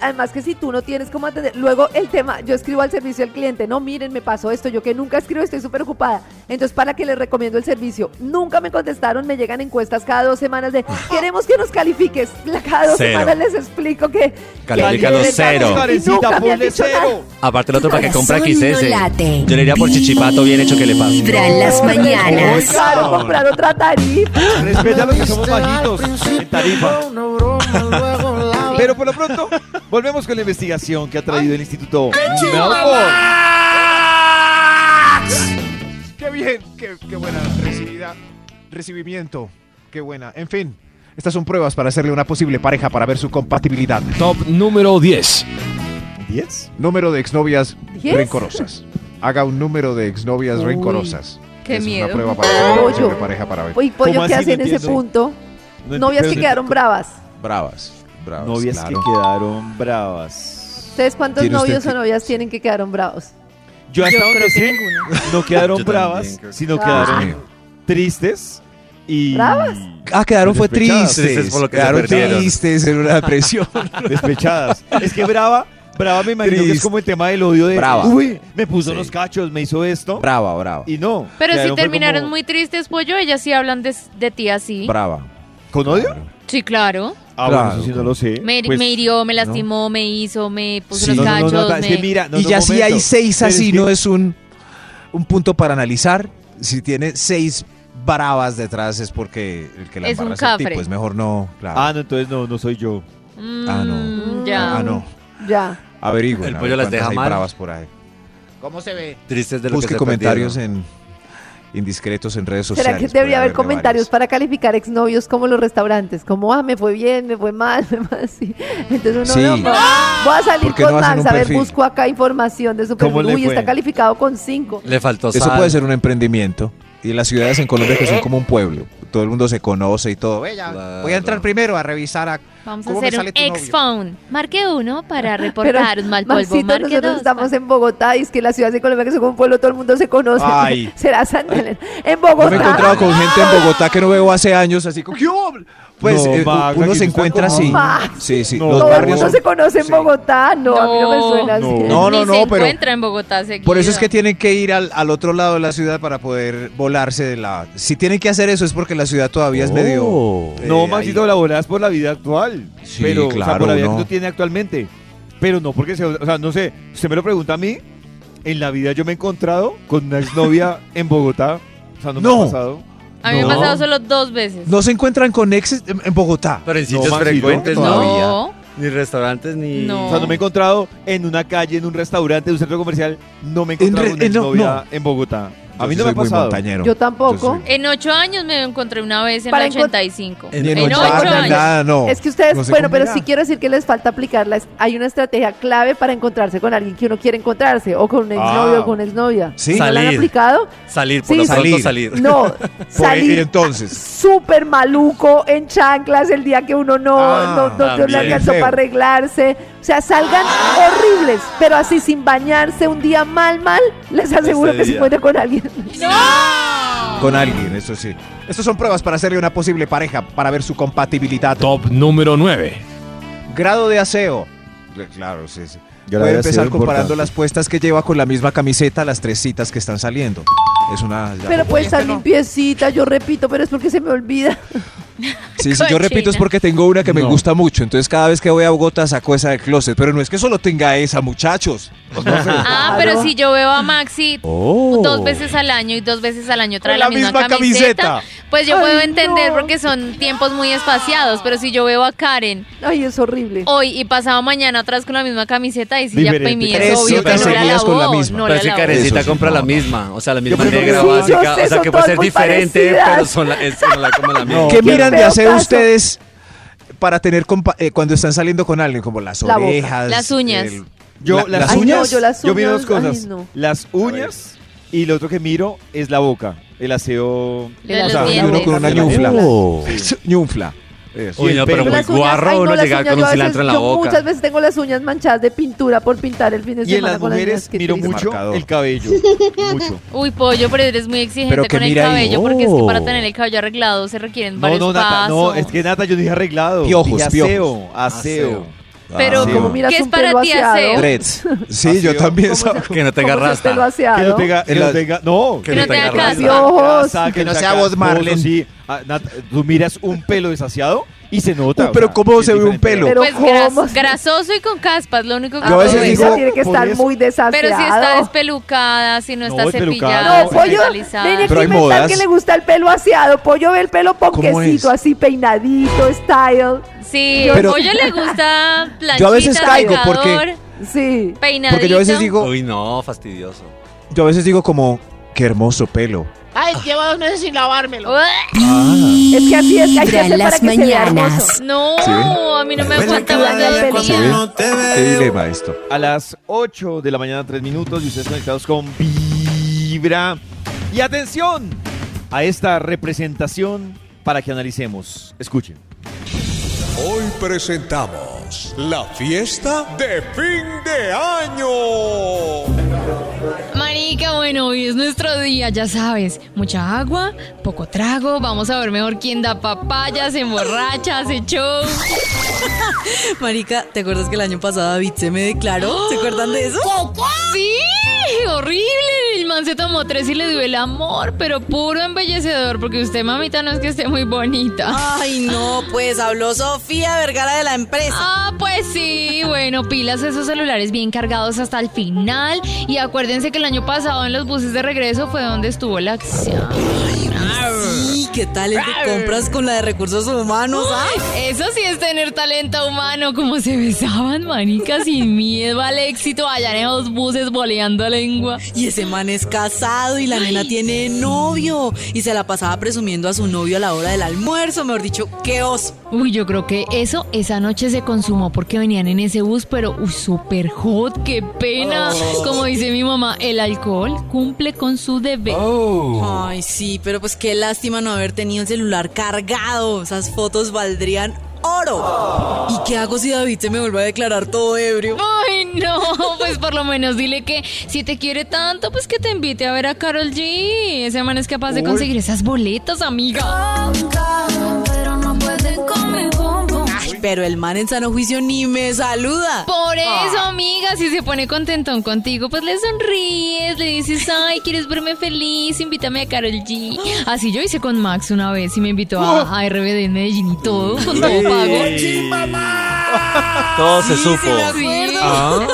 Speaker 6: además que si tú no tienes cómo atender, luego el tema, yo escribo al servicio al cliente, no, miren, me pasó esto, yo que nunca escribo, estoy súper ocupada. Entonces, para que les recomiendo el servicio, nunca me contestaron, me llegan encuestas cada dos semanas de, queremos que nos califiques. La- Cada dos
Speaker 4: Cero.
Speaker 6: semanas les explico que...
Speaker 4: Califícalos
Speaker 6: que-
Speaker 4: cero.
Speaker 6: Y nunca me han dicho nada.
Speaker 4: Aparte el otro para que
Speaker 2: Corazón
Speaker 4: compra
Speaker 2: no
Speaker 4: XS.
Speaker 2: late.
Speaker 4: Yo le diría por chichipato, bien hecho que le pase.
Speaker 2: Vibran las mañanas.
Speaker 6: Claro, comprar otra tarifa.
Speaker 3: Respeta los que somos bajitos en tarifa. Pero por lo pronto, volvemos con la investigación que ha traído el Instituto Melbourne.
Speaker 5: Qué bien, qué, qué buena recibida. Recibimiento, qué buena. En fin, estas son pruebas para hacerle una posible pareja para ver su compatibilidad.
Speaker 10: Top número 10.
Speaker 3: ¿Diez?
Speaker 5: Número de exnovias
Speaker 6: ¿Diez?
Speaker 5: rencorosas. Haga un número de exnovias
Speaker 6: Uy,
Speaker 5: rencorosas.
Speaker 7: qué
Speaker 5: es
Speaker 7: miedo.
Speaker 5: una prueba para hacer una
Speaker 6: Pollo.
Speaker 5: posible pareja para ver.
Speaker 6: Uy, pollo,
Speaker 3: ¿Cómo
Speaker 6: ¿qué
Speaker 3: así?
Speaker 6: hacen
Speaker 3: No
Speaker 6: en ese
Speaker 3: entiendo.
Speaker 6: punto? Novias que quedaron bravas.
Speaker 5: Bravas, bravas.
Speaker 3: Novias
Speaker 5: claro.
Speaker 3: que quedaron bravas.
Speaker 6: ¿Ustedes cuántos
Speaker 5: Tiene usted
Speaker 6: novios o
Speaker 5: que-
Speaker 6: novias tienen que quedaron bravos?
Speaker 3: Yo hasta donde sé, no quedaron
Speaker 4: Yo también
Speaker 3: bravas,
Speaker 4: creo que-
Speaker 3: sino
Speaker 6: Ah.
Speaker 5: Dios
Speaker 3: quedaron
Speaker 5: mío.
Speaker 3: tristes y...
Speaker 6: ¿Bravas?
Speaker 5: Ah, quedaron fue
Speaker 3: Despechadas.
Speaker 5: tristes.
Speaker 4: Tristes por lo que se
Speaker 5: quedaron
Speaker 4: perdieron.
Speaker 5: tristes en una depresión.
Speaker 3: Despechadas. es que brava, brava me imagino que es
Speaker 5: Triste.
Speaker 3: como el tema del odio de...
Speaker 5: Brava.
Speaker 3: Uy, me puso
Speaker 5: Sí.
Speaker 3: los cachos, me hizo esto.
Speaker 5: brava, brava.
Speaker 3: Y no.
Speaker 7: Pero si
Speaker 3: quedaron fue
Speaker 7: terminaron
Speaker 3: como-
Speaker 7: muy tristes, pollo, ellas sí hablan de, de ti así.
Speaker 5: Brava.
Speaker 3: ¿Con odio?
Speaker 7: Sí, claro.
Speaker 3: Ah,
Speaker 5: Claro.
Speaker 3: bueno, eso sí no lo sé.
Speaker 7: Me,
Speaker 3: Pues-
Speaker 7: me hirió, me lastimó, me hizo, me puso
Speaker 5: Sí.
Speaker 7: los
Speaker 5: No,
Speaker 7: cachos.
Speaker 3: es que
Speaker 7: me-
Speaker 4: Ah,
Speaker 3: mira, no,
Speaker 5: y
Speaker 3: no,
Speaker 5: ya si
Speaker 3: momento.
Speaker 5: hay seis
Speaker 3: Pero
Speaker 5: así,
Speaker 3: es que-
Speaker 5: no es un, un punto para analizar. Si tiene seis bravas detrás es porque el que la
Speaker 7: Es un
Speaker 5: embarra es el
Speaker 7: cafre.
Speaker 5: tipo. Es mejor no, claro.
Speaker 3: Ah, no, entonces no, no soy yo.
Speaker 7: Mm,
Speaker 5: Ah, no.
Speaker 7: Ya.
Speaker 5: Ah, no.
Speaker 6: Ya.
Speaker 5: Averigüen.
Speaker 4: El
Speaker 5: a
Speaker 4: pollo
Speaker 5: ver
Speaker 4: las
Speaker 5: cuántas
Speaker 4: deja
Speaker 5: hay
Speaker 4: mal.
Speaker 5: bravas por ahí.
Speaker 4: Tristes de lo
Speaker 5: Busque
Speaker 4: que se
Speaker 5: comentarios
Speaker 4: perdieron.
Speaker 5: en indiscretos en redes sociales.
Speaker 6: ¿Será que debería haber comentarios
Speaker 5: para
Speaker 6: para calificar exnovios como los restaurantes? Como, ah, me fue bien, me fue mal, me fue así. Entonces uno
Speaker 5: Sí.
Speaker 6: no, voy a- voy a salir
Speaker 5: ¿Por qué
Speaker 6: con
Speaker 5: no hacen
Speaker 6: Max,
Speaker 5: un
Speaker 6: a ver,
Speaker 5: perfil?
Speaker 6: busco acá información de su
Speaker 3: ¿Cómo
Speaker 6: perfil.
Speaker 3: le
Speaker 6: Uy,
Speaker 3: fue?
Speaker 6: está calificado con cinco.
Speaker 4: Le faltó
Speaker 5: Eso
Speaker 4: sal.
Speaker 5: puede ser un emprendimiento. Y las ciudades en Colombia que son como un pueblo. Todo el mundo se conoce y todo. Ve, ya,
Speaker 4: Claro.
Speaker 5: Voy a entrar primero a revisar a...
Speaker 7: Vamos a
Speaker 5: ¿Cómo me
Speaker 7: hacer un
Speaker 5: sale tu novio?
Speaker 7: ex-phone. Marque uno para reportar un mal polvo.
Speaker 6: Maxito,
Speaker 7: Marque
Speaker 6: nosotros
Speaker 7: dos
Speaker 6: estamos en Bogotá y es que las ciudades de Colombia que son como un pueblo, todo el mundo se conoce.
Speaker 5: Ay.
Speaker 6: Será San Helen. En
Speaker 5: Yo me he
Speaker 6: Bogotá.
Speaker 5: encontrado con gente en Bogotá que no veo hace años, así como... "¿Qué hubo?". Pues
Speaker 3: No,
Speaker 5: eh, u-
Speaker 3: Max,
Speaker 5: uno
Speaker 3: aquí
Speaker 5: se
Speaker 3: está
Speaker 5: encuentra
Speaker 3: como-
Speaker 5: así.
Speaker 6: Max.
Speaker 5: Sí, sí.
Speaker 3: No,
Speaker 5: los
Speaker 6: Todo el
Speaker 5: barrios
Speaker 6: mundo
Speaker 5: son-
Speaker 6: se conoce en
Speaker 5: sí.
Speaker 6: Bogotá. No, a mí no me
Speaker 7: No.
Speaker 6: suena así.
Speaker 5: No,
Speaker 7: Ni
Speaker 5: no,
Speaker 7: se
Speaker 5: no, pero...
Speaker 7: encuentra en Bogotá seguido.
Speaker 5: Por eso es que tienen que ir al, al otro lado de la ciudad para poder volarse de la... Si tienen que hacer eso es porque la ciudad todavía es medio... eh,
Speaker 3: Oh. No,
Speaker 5: ahí.
Speaker 3: Maxito, la volás por la vida actual.
Speaker 5: Sí,
Speaker 3: pero, o sea,
Speaker 5: claro,
Speaker 3: por la vida
Speaker 5: no.
Speaker 3: que tú tienes actualmente. Pero no, porque, se- o sea, no sé, usted me lo pregunta a mí, en la vida yo me he encontrado con una exnovia en Bogotá. O sea, no, me
Speaker 5: No.
Speaker 3: ha pasado.
Speaker 7: A mí
Speaker 3: No.
Speaker 7: me ha pasado solo dos veces.
Speaker 5: No se encuentran con exes en, en Bogotá.
Speaker 4: Pero en
Speaker 3: No,
Speaker 4: sitios
Speaker 3: Maxito,
Speaker 4: frecuentes
Speaker 5: pues,
Speaker 4: no.
Speaker 3: todavía.
Speaker 7: No.
Speaker 4: Ni restaurantes ni.
Speaker 7: No.
Speaker 3: O sea, no me he encontrado en una calle, en un restaurante, en un centro comercial. No me he encontrado
Speaker 5: re-
Speaker 3: con una
Speaker 5: eh, no,
Speaker 3: exnovia
Speaker 5: no.
Speaker 3: en Bogotá. A mí
Speaker 5: Yo sí soy
Speaker 3: no me ha
Speaker 5: muy
Speaker 3: pasado.
Speaker 5: montañero.
Speaker 6: Yo tampoco.
Speaker 5: soy-
Speaker 7: En ocho años me encontré una vez en
Speaker 6: Para
Speaker 7: el
Speaker 6: encont-
Speaker 7: 85.
Speaker 4: En
Speaker 5: Ni en
Speaker 4: En
Speaker 5: ocho
Speaker 4: ocho
Speaker 5: años,
Speaker 7: años.
Speaker 5: nada, no.
Speaker 6: Eh, Es que ustedes,
Speaker 5: Oh, No se
Speaker 6: bueno, pero
Speaker 5: combina.
Speaker 6: sí quiero decir que les falta aplicarla. Es- Hay una estrategia clave para encontrarse con alguien que uno quiere encontrarse, o con un exnovio
Speaker 5: Ah.
Speaker 6: o con una exnovia.
Speaker 5: Sí.
Speaker 6: ¿No la han
Speaker 4: Salir.
Speaker 6: aplicado?
Speaker 4: Salir, por
Speaker 6: Sí,
Speaker 4: lo
Speaker 5: salir.
Speaker 4: pronto salir.
Speaker 6: No,
Speaker 5: Por- Pues, y
Speaker 6: salir
Speaker 5: entonces.
Speaker 6: súper maluco en chanclas el día que uno no,
Speaker 5: Ah,
Speaker 6: no, no- no le
Speaker 4: también.
Speaker 6: alcanzó
Speaker 5: Feo.
Speaker 6: para arreglarse. O sea, salgan horribles, pero así sin bañarse un día mal, mal, les aseguro
Speaker 4: Este
Speaker 6: que se
Speaker 4: día.
Speaker 6: encuentra con alguien.
Speaker 5: Con alguien, eso sí. Estas son pruebas para hacerle una posible pareja, para ver su compatibilidad.
Speaker 10: Top número 9.
Speaker 5: Grado de aseo. Re- Eh, Claro, sí, sí.
Speaker 3: Grado
Speaker 5: Puede
Speaker 3: de aseo
Speaker 5: empezar comparando
Speaker 3: importante.
Speaker 5: las puestas que lleva con la misma camiseta, las tres citas que están saliendo. Es una...
Speaker 6: pues, Pero puede estar limpiecita, yo repito, pero es porque se me olvida.
Speaker 5: Sí, sí, yo
Speaker 7: Cochina.
Speaker 5: repito, es porque tengo una que me
Speaker 10: No.
Speaker 5: gusta mucho. Entonces, cada vez que voy a Bogotá saco esa de closet. Pero no es que solo tenga esa, muchachos. Pues no sé.
Speaker 7: Ah, pero si yo veo a Maxi dos veces al año y dos veces al año trae
Speaker 5: Oh. Con
Speaker 7: la,
Speaker 5: la
Speaker 7: misma,
Speaker 5: misma
Speaker 7: camiseta,
Speaker 5: camiseta.
Speaker 7: pues yo
Speaker 6: Ay,
Speaker 7: puedo entender
Speaker 6: no.
Speaker 7: porque son tiempos muy espaciados, pero si yo veo a Karen
Speaker 6: Ay, es horrible.
Speaker 7: hoy y pasado mañana atrás con la misma camiseta y si ya para
Speaker 3: Diferente.
Speaker 7: mí es
Speaker 5: Tres
Speaker 7: obvio que
Speaker 5: citas
Speaker 7: no la
Speaker 5: seguidas
Speaker 7: lavó,
Speaker 5: con la misma.
Speaker 7: no
Speaker 4: pero
Speaker 7: la
Speaker 4: es que
Speaker 7: lavó.
Speaker 4: Karencita
Speaker 5: Eso sí,
Speaker 4: compra la
Speaker 5: no.
Speaker 4: misma, o sea, la misma
Speaker 5: creo que
Speaker 4: negra
Speaker 5: sí,
Speaker 4: básica,
Speaker 6: no sé,
Speaker 4: o sea, que
Speaker 6: son
Speaker 4: puede ser
Speaker 6: todas muy
Speaker 4: diferente,
Speaker 6: parecidas.
Speaker 4: pero son la, es la como la misma.
Speaker 5: ¿Qué
Speaker 6: qué
Speaker 5: miran de
Speaker 6: feo
Speaker 5: hacer
Speaker 6: caso.
Speaker 5: ustedes para tener compa- eh, cuando están saliendo con alguien? Como las
Speaker 6: La boca.
Speaker 5: orejas.
Speaker 7: Las uñas.
Speaker 3: Yo,
Speaker 5: La-
Speaker 3: las
Speaker 5: Ay, no,
Speaker 3: uñas.
Speaker 6: yo las
Speaker 3: miro dos
Speaker 6: uñas, ay,
Speaker 3: cosas.
Speaker 6: no.
Speaker 3: Las uñas y lo otro que miro es la boca. El aseo.
Speaker 7: Lo de
Speaker 5: O
Speaker 7: los
Speaker 5: sea,
Speaker 7: dientes.
Speaker 5: uno con una
Speaker 3: De la
Speaker 5: ñufla.
Speaker 3: boca. Sí.
Speaker 5: ñufla. Eso.
Speaker 4: Uy, no, pero
Speaker 3: Pero
Speaker 4: muy
Speaker 6: Las uñas,
Speaker 4: guarro
Speaker 6: ay, no,
Speaker 4: uno
Speaker 6: las
Speaker 4: llegar
Speaker 6: uñas, yo
Speaker 4: con un
Speaker 6: a veces-
Speaker 4: cilantro en la
Speaker 6: yo muchas
Speaker 4: boca.
Speaker 6: veces tengo las uñas manchadas de pintura por pintar el fin de
Speaker 3: Y en
Speaker 6: semana
Speaker 3: las
Speaker 6: con las
Speaker 3: mujeres
Speaker 6: uñas, qué
Speaker 3: miro
Speaker 6: triste.
Speaker 3: mucho
Speaker 5: Marcador.
Speaker 3: el cabello. Mucho.
Speaker 7: Uy, pollo, pero eres muy
Speaker 5: Pero
Speaker 7: exigente
Speaker 5: que
Speaker 7: con el
Speaker 5: mira ahí.
Speaker 7: cabello porque es que para
Speaker 10: Oh.
Speaker 7: tener el cabello arreglado se requieren
Speaker 3: No,
Speaker 7: varios
Speaker 3: no, Nata,
Speaker 7: pasos.
Speaker 3: no, es que Nata yo dije arreglado.
Speaker 5: Piojos,
Speaker 3: Dije aseo, aseo. Ah,
Speaker 7: Pero
Speaker 5: sí,
Speaker 6: Como
Speaker 5: o-
Speaker 6: miras
Speaker 7: ¿Qué es
Speaker 6: un
Speaker 7: para
Speaker 6: pelo
Speaker 7: ti
Speaker 6: aseado,
Speaker 7: aseo?
Speaker 5: Dreads. Sí, yo
Speaker 3: Aseo.
Speaker 5: también.
Speaker 6: ¿Cómo
Speaker 5: sab-
Speaker 6: se-
Speaker 4: Que no tenga
Speaker 6: cómo se hace el
Speaker 4: rasta.
Speaker 6: pelo
Speaker 3: Que
Speaker 6: aseado?
Speaker 3: no tenga, que
Speaker 5: En
Speaker 3: no
Speaker 5: la-
Speaker 3: tenga, no,
Speaker 4: Que no tenga
Speaker 3: rasta,
Speaker 6: Dios.
Speaker 3: rasta,
Speaker 5: Que no
Speaker 3: tenga
Speaker 5: sea voz
Speaker 3: cascos,
Speaker 5: Marlene.
Speaker 3: Sí, Ah, Nata, tú miras un pelo desasiado y se nota.
Speaker 5: Uy,
Speaker 3: o
Speaker 5: Uh, pero
Speaker 3: sea,
Speaker 5: ¿cómo
Speaker 3: es
Speaker 5: se ve un
Speaker 3: diferente.
Speaker 6: Pero
Speaker 5: pelo?
Speaker 7: Pues gras-
Speaker 6: ¿cómo?
Speaker 7: grasoso y con caspas, lo único que
Speaker 6: Ah,
Speaker 5: Yo a veces
Speaker 6: pero
Speaker 7: puedo
Speaker 5: digo,
Speaker 6: esa tiene que
Speaker 3: por
Speaker 6: estar
Speaker 3: eso-
Speaker 6: muy desaseada.
Speaker 7: Pero si está despelucada, si no
Speaker 3: No,
Speaker 7: está
Speaker 3: despelucada,
Speaker 7: cepillada,
Speaker 6: "Ah, No,
Speaker 3: no,
Speaker 6: pollo,
Speaker 7: despelucada.
Speaker 6: tiene
Speaker 5: Pero
Speaker 6: que
Speaker 5: hay
Speaker 6: inventar
Speaker 5: modas.
Speaker 6: que le gusta el pelo aseado. Pollo ve el pelo ponquecito,
Speaker 5: es?
Speaker 6: así peinadito, style.
Speaker 7: Sí,
Speaker 6: Yo-
Speaker 7: el pollo le gusta planchita,
Speaker 5: Yo a veces caigo porque-
Speaker 7: secador,
Speaker 6: Sí.
Speaker 7: peinadito.
Speaker 5: Porque yo a veces digo,
Speaker 4: Uy, no, fastidioso.
Speaker 5: yo a veces digo como, qué hermoso pelo.
Speaker 11: Ay, llevo dos meses sin lavármelo.
Speaker 7: ¡Uah!
Speaker 4: Ah.
Speaker 6: Es que así es, hay que
Speaker 2: Vibra
Speaker 6: hacer
Speaker 2: en
Speaker 6: para que
Speaker 2: las
Speaker 6: se vea
Speaker 2: mañanas.
Speaker 6: hermoso.
Speaker 7: No,
Speaker 5: Sí.
Speaker 7: a mí no me gusta
Speaker 6: que
Speaker 7: más
Speaker 6: vaya
Speaker 7: de
Speaker 6: pelea.
Speaker 5: ¿Se ve?
Speaker 7: día.
Speaker 5: Qué dilema esto.
Speaker 3: A las 8 de la mañana, 3 minutos, y ustedes conectados con Vibra. Y atención a esta representación para que analicemos. Escuchen.
Speaker 1: Hoy presentamos la fiesta de fin de año.
Speaker 7: Marica, bueno, hoy es nuestro día, ya sabes. Mucha agua, poco trago, vamos a ver mejor quién da papaya, se emborracha, hace show.
Speaker 12: Marica, ¿te acuerdas que el año pasado David se me declaró? ¿Se acuerdan de eso?
Speaker 7: Sí, horrible. El man se tomó tres y le dio el amor, pero puro embellecedor, porque usted, mamita, no es que esté muy bonita.
Speaker 12: Ay, no, pues habló Sofía Vergara de la empresa.
Speaker 7: Ah, pues sí, bueno, pilas esos celulares bien cargados hasta el final. Y acuérdense que el año pasado en los buses de regreso fue donde estuvo la acción.
Speaker 12: Sí, ¿qué tal es de compras con la de recursos humanos? ah?
Speaker 7: Eso sí es tener talento humano, como se besaban manicas sin miedo al éxito allá en los buses boleando lengua.
Speaker 12: Y ese man es casado y la nena tiene novio. Y se la pasaba presumiendo a su novio a la hora del almuerzo. Mejor dicho, qué oso.
Speaker 7: Uy, yo creo que eso esa noche se consumó porque venían en ese bus, pero uy, super hot, qué pena. Como dice mi mamá, el alcohol cumple con su deber.
Speaker 5: Oh.
Speaker 12: Ay, sí, pero pues qué lástima no haber tenido el celular cargado. Esas fotos valdrían oro. ¿Y qué hago si David se me vuelve a declarar todo ebrio?
Speaker 7: Ay, no, pues por lo menos dile que si te quiere tanto, pues que te invite a ver a Carol G. Ese man es capaz de conseguir esas boletas, amiga.
Speaker 12: Ay, pero el man en sano juicio ni me saluda.
Speaker 7: Por eso, amiga, si se pone contentón contigo, pues le sonríes, le dices, ay, ¿quieres verme feliz? Invítame a Carol G. Así yo hice con Max una vez y me invitó a, a RBD en Medellín y todo, con todo pago.
Speaker 4: Todo se
Speaker 12: Sí,
Speaker 4: supo.
Speaker 12: sí me acuerdo.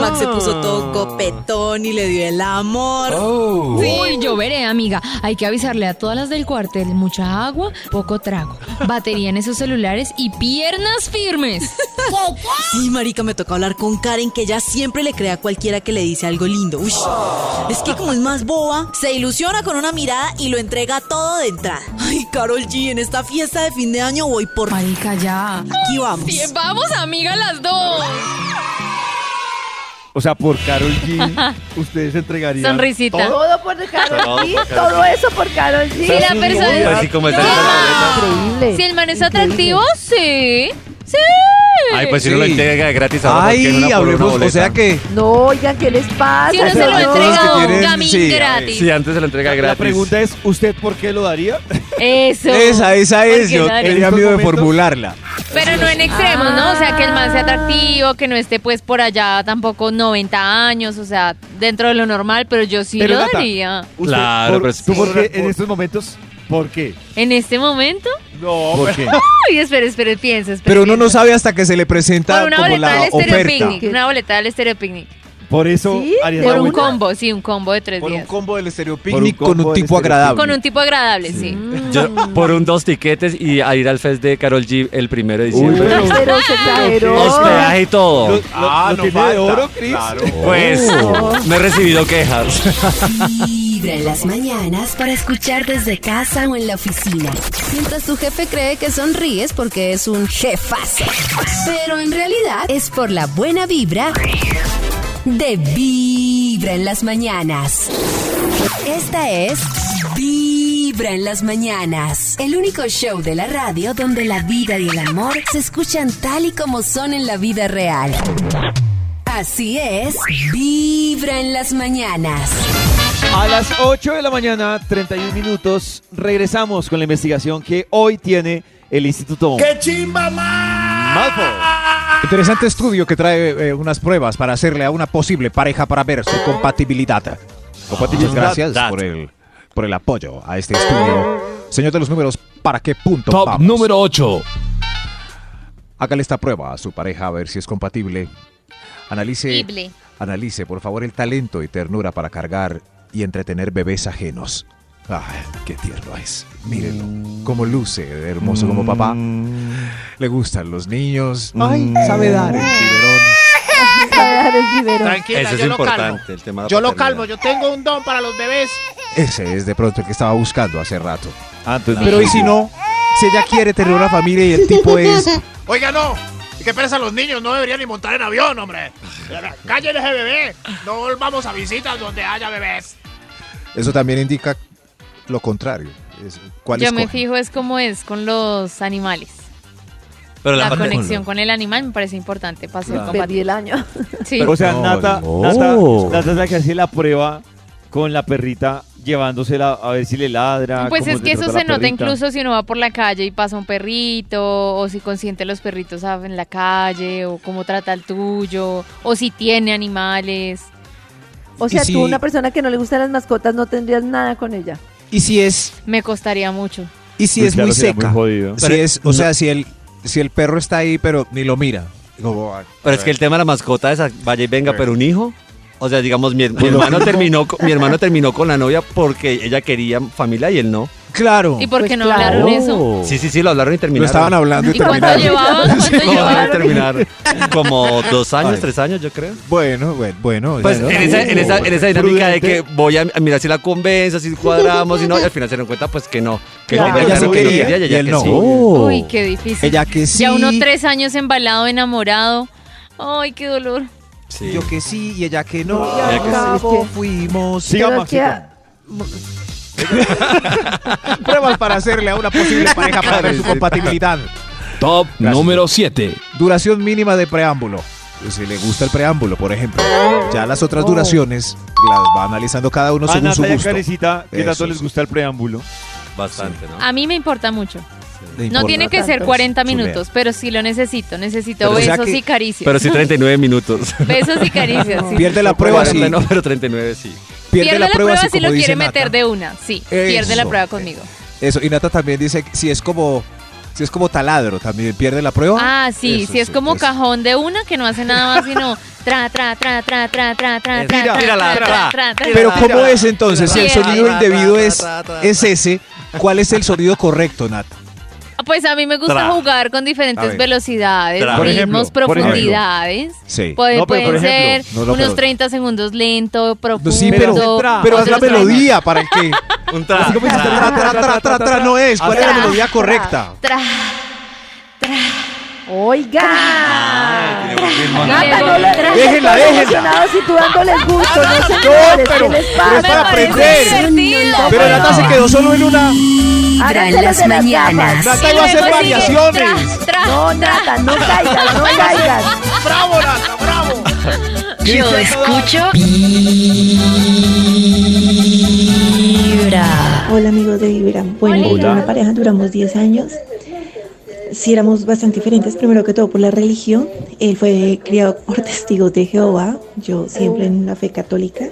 Speaker 12: Max se puso todo copetón y le dio el amor.
Speaker 7: Sí, yo veré, amiga. Hay que avisarle a todas las del cuartel. Mucha agua, poco trago. Batería en esos celulares y piernas firmes.
Speaker 12: Sí, marica, me toca hablar con Karen, que ella siempre le crea a cualquiera que le dice algo lindo. Uy, es que como es más boba, se ilusiona con una mirada y lo entrega todo de entrada. Ay, Carol G, en esta fiesta de fin de año voy por...
Speaker 7: Marica, ya.
Speaker 12: Aquí vamos.
Speaker 7: Bien, vamos, amiga, las dos.
Speaker 3: O sea, por Carol G, ustedes entregarían.
Speaker 7: Sonrisita.
Speaker 6: Todo por Karol G, todo eso por Karol G.
Speaker 7: Sí, la
Speaker 4: Pues
Speaker 7: persona.
Speaker 4: sí, como es
Speaker 7: No.
Speaker 6: Increíble.
Speaker 7: Si el man es atractivo, sí. Sí.
Speaker 4: Ay, pues si no lo
Speaker 5: Sí.
Speaker 4: entrega de gratis ahora, ¿por qué en
Speaker 5: Ay,
Speaker 4: una por una
Speaker 5: hablemos, o
Speaker 4: boleta?
Speaker 5: sea que...
Speaker 6: No, oigan, ¿qué les pasa?
Speaker 7: si uno se lo
Speaker 5: esas
Speaker 6: señor?
Speaker 5: personas
Speaker 7: entrega a
Speaker 5: que
Speaker 7: un
Speaker 5: tienen-
Speaker 7: gamín
Speaker 5: sí,
Speaker 7: gratis.
Speaker 4: Sí, antes se lo entrega
Speaker 3: La
Speaker 4: gratis.
Speaker 3: pregunta es, ¿usted por qué lo daría?
Speaker 7: Eso.
Speaker 5: Esa, esa es,
Speaker 7: Porque
Speaker 5: yo
Speaker 7: nadie-
Speaker 5: tenía miedo de
Speaker 3: momentos-
Speaker 5: formularla.
Speaker 7: Pero no en extremos, ¿no? O sea, que el man sea atractivo, que no esté pues por allá tampoco 90 años, o sea, dentro de lo normal, pero yo sí lo
Speaker 3: Nata,
Speaker 7: daría.
Speaker 3: usted
Speaker 4: Claro,
Speaker 5: pues,
Speaker 4: pero es-
Speaker 3: por- ¿Tú por qué en estos momentos? ¿Por qué?
Speaker 7: En este momento,
Speaker 5: No,
Speaker 3: ¿Por
Speaker 5: pero-
Speaker 3: qué?
Speaker 7: Ay, espera, espera, piensa, espera,
Speaker 5: Pero uno no
Speaker 7: piensa.
Speaker 5: sabe hasta que se le presenta
Speaker 7: Por una
Speaker 5: como
Speaker 7: boleta
Speaker 5: la
Speaker 7: del Estéreo
Speaker 5: oferta.
Speaker 7: Picnic. Una boleta del Estéreo Picnic.
Speaker 3: Por eso haría
Speaker 7: Por
Speaker 3: la
Speaker 7: un
Speaker 3: vuelta.
Speaker 7: combo, sí, un combo de tres
Speaker 5: Por un
Speaker 7: días.
Speaker 5: combo del Estéreo
Speaker 3: Por un
Speaker 5: Picnic con
Speaker 3: combo
Speaker 5: un
Speaker 3: del
Speaker 5: tipo
Speaker 3: Estéreo
Speaker 5: agradable.
Speaker 7: Con un tipo agradable, sí.
Speaker 4: Yo, por un dos tiquetes y a ir al fest de Carol G el primero de diciembre.
Speaker 3: pero-
Speaker 6: Pero se exageró.
Speaker 4: Hospedaje y todo.
Speaker 5: ah, no tiene de oro, Cris.
Speaker 4: Pues
Speaker 5: Oh.
Speaker 4: no he recibido quejas.
Speaker 2: Vibra en las mañanas para escuchar desde casa o en la oficina. Mientras tu jefe cree que sonríes porque es un jefazo. Pero en realidad es por la buena vibra de Vibra en las mañanas. Esta es Vibra en las mañanas. El único show de la radio donde la vida y el amor se escuchan tal y como son en la vida real. Así es, Vibra en las mañanas.
Speaker 3: A las 8 de la mañana, 31 minutos, regresamos con la investigación que hoy tiene el Instituto
Speaker 1: ¡Qué chimba más!
Speaker 3: Malfoy.
Speaker 5: Interesante estudio que trae eh, unas pruebas para hacerle a una posible pareja para ver su compatibilidad. Muchas gracias por el, por el apoyo a este estudio. Señor de los números, ¿para qué punto
Speaker 10: Top
Speaker 5: vamos?
Speaker 10: número 8.
Speaker 5: Hágale esta prueba a su pareja a ver si es compatible. Analice,
Speaker 7: Ible.
Speaker 5: analice, por favor, el talento y ternura para cargar y entretener bebés ajenos. Ay, qué tierno es. Mírenlo. Cómo luce, de hermoso como papá. Le gustan los niños. Mm. Ay, sabe dar el biberón.
Speaker 11: Tranquila,
Speaker 4: Eso es
Speaker 11: yo lo calmo.
Speaker 4: importante, el tema de la
Speaker 11: Yo lo
Speaker 4: paternidad.
Speaker 11: calmo, yo tengo un don para los bebés.
Speaker 5: Ese es de pronto el que estaba buscando hace rato.
Speaker 3: Ah, entonces
Speaker 5: Pero
Speaker 3: no.
Speaker 5: ¿y si no? Si ella quiere tener una familia y el tipo es...
Speaker 11: Oiga, no. ¿Qué pereza los niños? No deberían ni montar en avión, hombre. Callen ese bebé. No volvamos a visitas donde haya bebés.
Speaker 5: Eso también indica lo contrario. Es- ¿Cuál
Speaker 7: Yo me
Speaker 5: escogen?
Speaker 7: fijo es como es con los animales.
Speaker 4: Pero
Speaker 7: La,
Speaker 4: la, parte-
Speaker 7: conexión con el animal me parece importante para ser
Speaker 6: Perdí
Speaker 7: compatible.
Speaker 6: el año.
Speaker 7: Sí.
Speaker 3: O sea,
Speaker 5: No,
Speaker 3: Nata,
Speaker 10: no.
Speaker 3: Nata, Nata es la que hace la prueba con la perrita, llevándosela a ver si le ladra.
Speaker 7: Pues
Speaker 3: cómo
Speaker 7: es que eso
Speaker 3: trata la
Speaker 7: se nota
Speaker 3: perrita.
Speaker 7: incluso si uno va por la calle y pasa un perrito, o si consiente los perritos ¿sabe? en la calle, o cómo trata el tuyo, o si tiene animales.
Speaker 6: O sea,
Speaker 5: Y si-
Speaker 6: tú, una persona que no le gustan las mascotas, no tendrías nada con ella.
Speaker 5: Y si es,
Speaker 7: Me costaría mucho.
Speaker 5: y si
Speaker 3: Pues
Speaker 5: es
Speaker 3: claro,
Speaker 5: muy
Speaker 3: será
Speaker 5: seca.
Speaker 3: jodido.
Speaker 5: Si es, o sea, si el, si el perro está ahí, pero ni lo mira. Como, ah,
Speaker 4: Pero es que el tema de la mascota es a- vaya y venga, pero un hijo. O sea, digamos, mi, mi
Speaker 5: Pues
Speaker 4: hermano terminó, con- mi hermano terminó con la novia porque ella quería familia y él no.
Speaker 5: Claro.
Speaker 7: ¿Y por
Speaker 6: Pues
Speaker 7: qué no
Speaker 6: claro.
Speaker 7: hablaron eso?
Speaker 4: Oh. Sí, sí, sí, lo hablaron y
Speaker 5: Lo
Speaker 4: terminaron.
Speaker 5: estaban hablando y,
Speaker 7: ¿Y cuánto
Speaker 5: terminaron.
Speaker 7: llevaban? ¿Cuánto
Speaker 4: Lo hablaron y
Speaker 7: llevaban?
Speaker 4: terminaron. Como dos años,
Speaker 5: Ay.
Speaker 4: tres años, yo creo.
Speaker 5: Bueno, bueno, bueno.
Speaker 4: Pues
Speaker 5: bueno.
Speaker 4: en esa, en esa- en esa dinámica de que voy a mirar si la convenzo, si cuadramos, y no, y al final se dieron cuenta pues que no. Que
Speaker 6: Claro.
Speaker 4: ella
Speaker 5: Ella sí
Speaker 4: claro que no
Speaker 5: quería,
Speaker 4: quería y
Speaker 5: y
Speaker 4: ella
Speaker 5: él
Speaker 4: que
Speaker 5: no. Uh.
Speaker 4: sí.
Speaker 7: Uy, qué difícil.
Speaker 5: Ella que sí.
Speaker 7: Ya uno tres años embalado, enamorado. Ay, qué dolor.
Speaker 4: Sí.
Speaker 5: Yo que sí y ella que no.
Speaker 6: Ella
Speaker 5: y
Speaker 6: que
Speaker 5: al
Speaker 6: sí.
Speaker 5: cabo
Speaker 6: Es que-
Speaker 5: fuimos.
Speaker 6: Pero es que-
Speaker 5: Pruebas para hacerle a una posible pareja para ver su compatibilidad.
Speaker 10: Top
Speaker 5: Gracias.
Speaker 10: número 7.
Speaker 5: Duración mínima de preámbulo. Si le gusta el preámbulo, por ejemplo. Ya las otras duraciones las va analizando cada uno
Speaker 3: A
Speaker 5: según su
Speaker 3: Ah, Nata y a
Speaker 5: gusto.
Speaker 3: Karencita, ¿qué
Speaker 5: Eso
Speaker 3: tanto les
Speaker 5: sí.
Speaker 3: gusta el preámbulo?
Speaker 4: Bastante, ¿no?
Speaker 7: A mí me importa mucho.
Speaker 5: Le
Speaker 7: No
Speaker 5: importa
Speaker 7: tiene que ser
Speaker 5: tanto.
Speaker 7: 40
Speaker 5: Chulea.
Speaker 7: minutos, pero sí lo necesito. Necesito
Speaker 5: Pero, o sea
Speaker 7: besos
Speaker 5: que-
Speaker 7: y caricias.
Speaker 4: Pero sí 39 minutos.
Speaker 7: Besos y caricias, sí.
Speaker 5: Pierde la prueba si
Speaker 4: 40 no, pero 39 sí.
Speaker 5: pierde, la prueba, si,
Speaker 7: si
Speaker 5: como
Speaker 7: lo
Speaker 5: dice
Speaker 7: quiere
Speaker 5: Nata.
Speaker 7: meter de una. Sí, pierde la
Speaker 5: Eso.
Speaker 7: prueba conmigo.
Speaker 5: Eso y Nata también dice que si es como si es como taladro también pierde la prueba.
Speaker 7: Ah, sí,
Speaker 5: Eso
Speaker 7: si es
Speaker 5: sí,
Speaker 7: como
Speaker 5: eso.
Speaker 7: cajón de una que no hace nada más sino tra, tra, tra, tra, tra, tra, tra, tra,
Speaker 4: Tira,
Speaker 7: tra,
Speaker 4: tírala,
Speaker 7: tra,
Speaker 4: tra.
Speaker 7: tra, tra.
Speaker 5: Pero
Speaker 4: Tira,
Speaker 5: cómo
Speaker 4: tira,
Speaker 5: es entonces si el
Speaker 7: tira,
Speaker 5: sonido
Speaker 4: tira,
Speaker 5: indebido
Speaker 4: tira,
Speaker 5: es
Speaker 4: tira, tira.
Speaker 5: es ese. ¿Cuál es el sonido correcto, Nata?
Speaker 7: Pues a mí me gusta
Speaker 4: Tra.
Speaker 7: jugar con
Speaker 5: A
Speaker 7: diferentes
Speaker 5: ver.
Speaker 7: velocidades,
Speaker 4: Tra.
Speaker 5: Por
Speaker 7: ritmos,
Speaker 5: ejemplo, por ejemplo.
Speaker 7: profundidades.
Speaker 5: Sí.
Speaker 7: Puede-
Speaker 3: No,
Speaker 7: pueden
Speaker 3: pero por ejemplo,
Speaker 7: ser
Speaker 5: no, no,
Speaker 7: unos
Speaker 5: pero-
Speaker 7: 30 segundos lento, profundo.
Speaker 5: sí, pero pero haz la
Speaker 7: otros
Speaker 5: melodía para el que
Speaker 4: Un tra.
Speaker 5: Así como dices, Ah, tra, tra, tra, tra, tra, no es. ¿Cuál es la
Speaker 7: Tra, Ah.
Speaker 5: melodía correcta?
Speaker 7: tra. Ah,
Speaker 6: ¡Oiga!
Speaker 7: Nata, no la-
Speaker 6: Déjenla,
Speaker 5: Déjenla, déjenla.
Speaker 6: Si tú dándoles gusto, no, sé
Speaker 5: pero-
Speaker 6: ¿qué les
Speaker 5: pero
Speaker 6: pasa?
Speaker 5: es para
Speaker 7: Me parece
Speaker 5: aprender.
Speaker 7: divertido.
Speaker 5: Pero Nata se quedó solo en una.
Speaker 2: Vibra en las mañanas.
Speaker 5: Nata
Speaker 7: Y
Speaker 5: iba a hacer
Speaker 7: luego sigue,
Speaker 5: variaciones.
Speaker 7: tra, tra.
Speaker 6: No, Nata, no caigas, no caigas.
Speaker 11: ¡Bravo, Nata, bravo!
Speaker 12: Yo escucho
Speaker 2: Vibra.
Speaker 13: Hola amigos de Vibram. Bueno,
Speaker 7: Hola.
Speaker 13: con una pareja duramos 10 años. Si éramos bastante diferentes, primero que todo por la religión. Él fue criado por testigos de Jehová, yo siempre en una fe católica.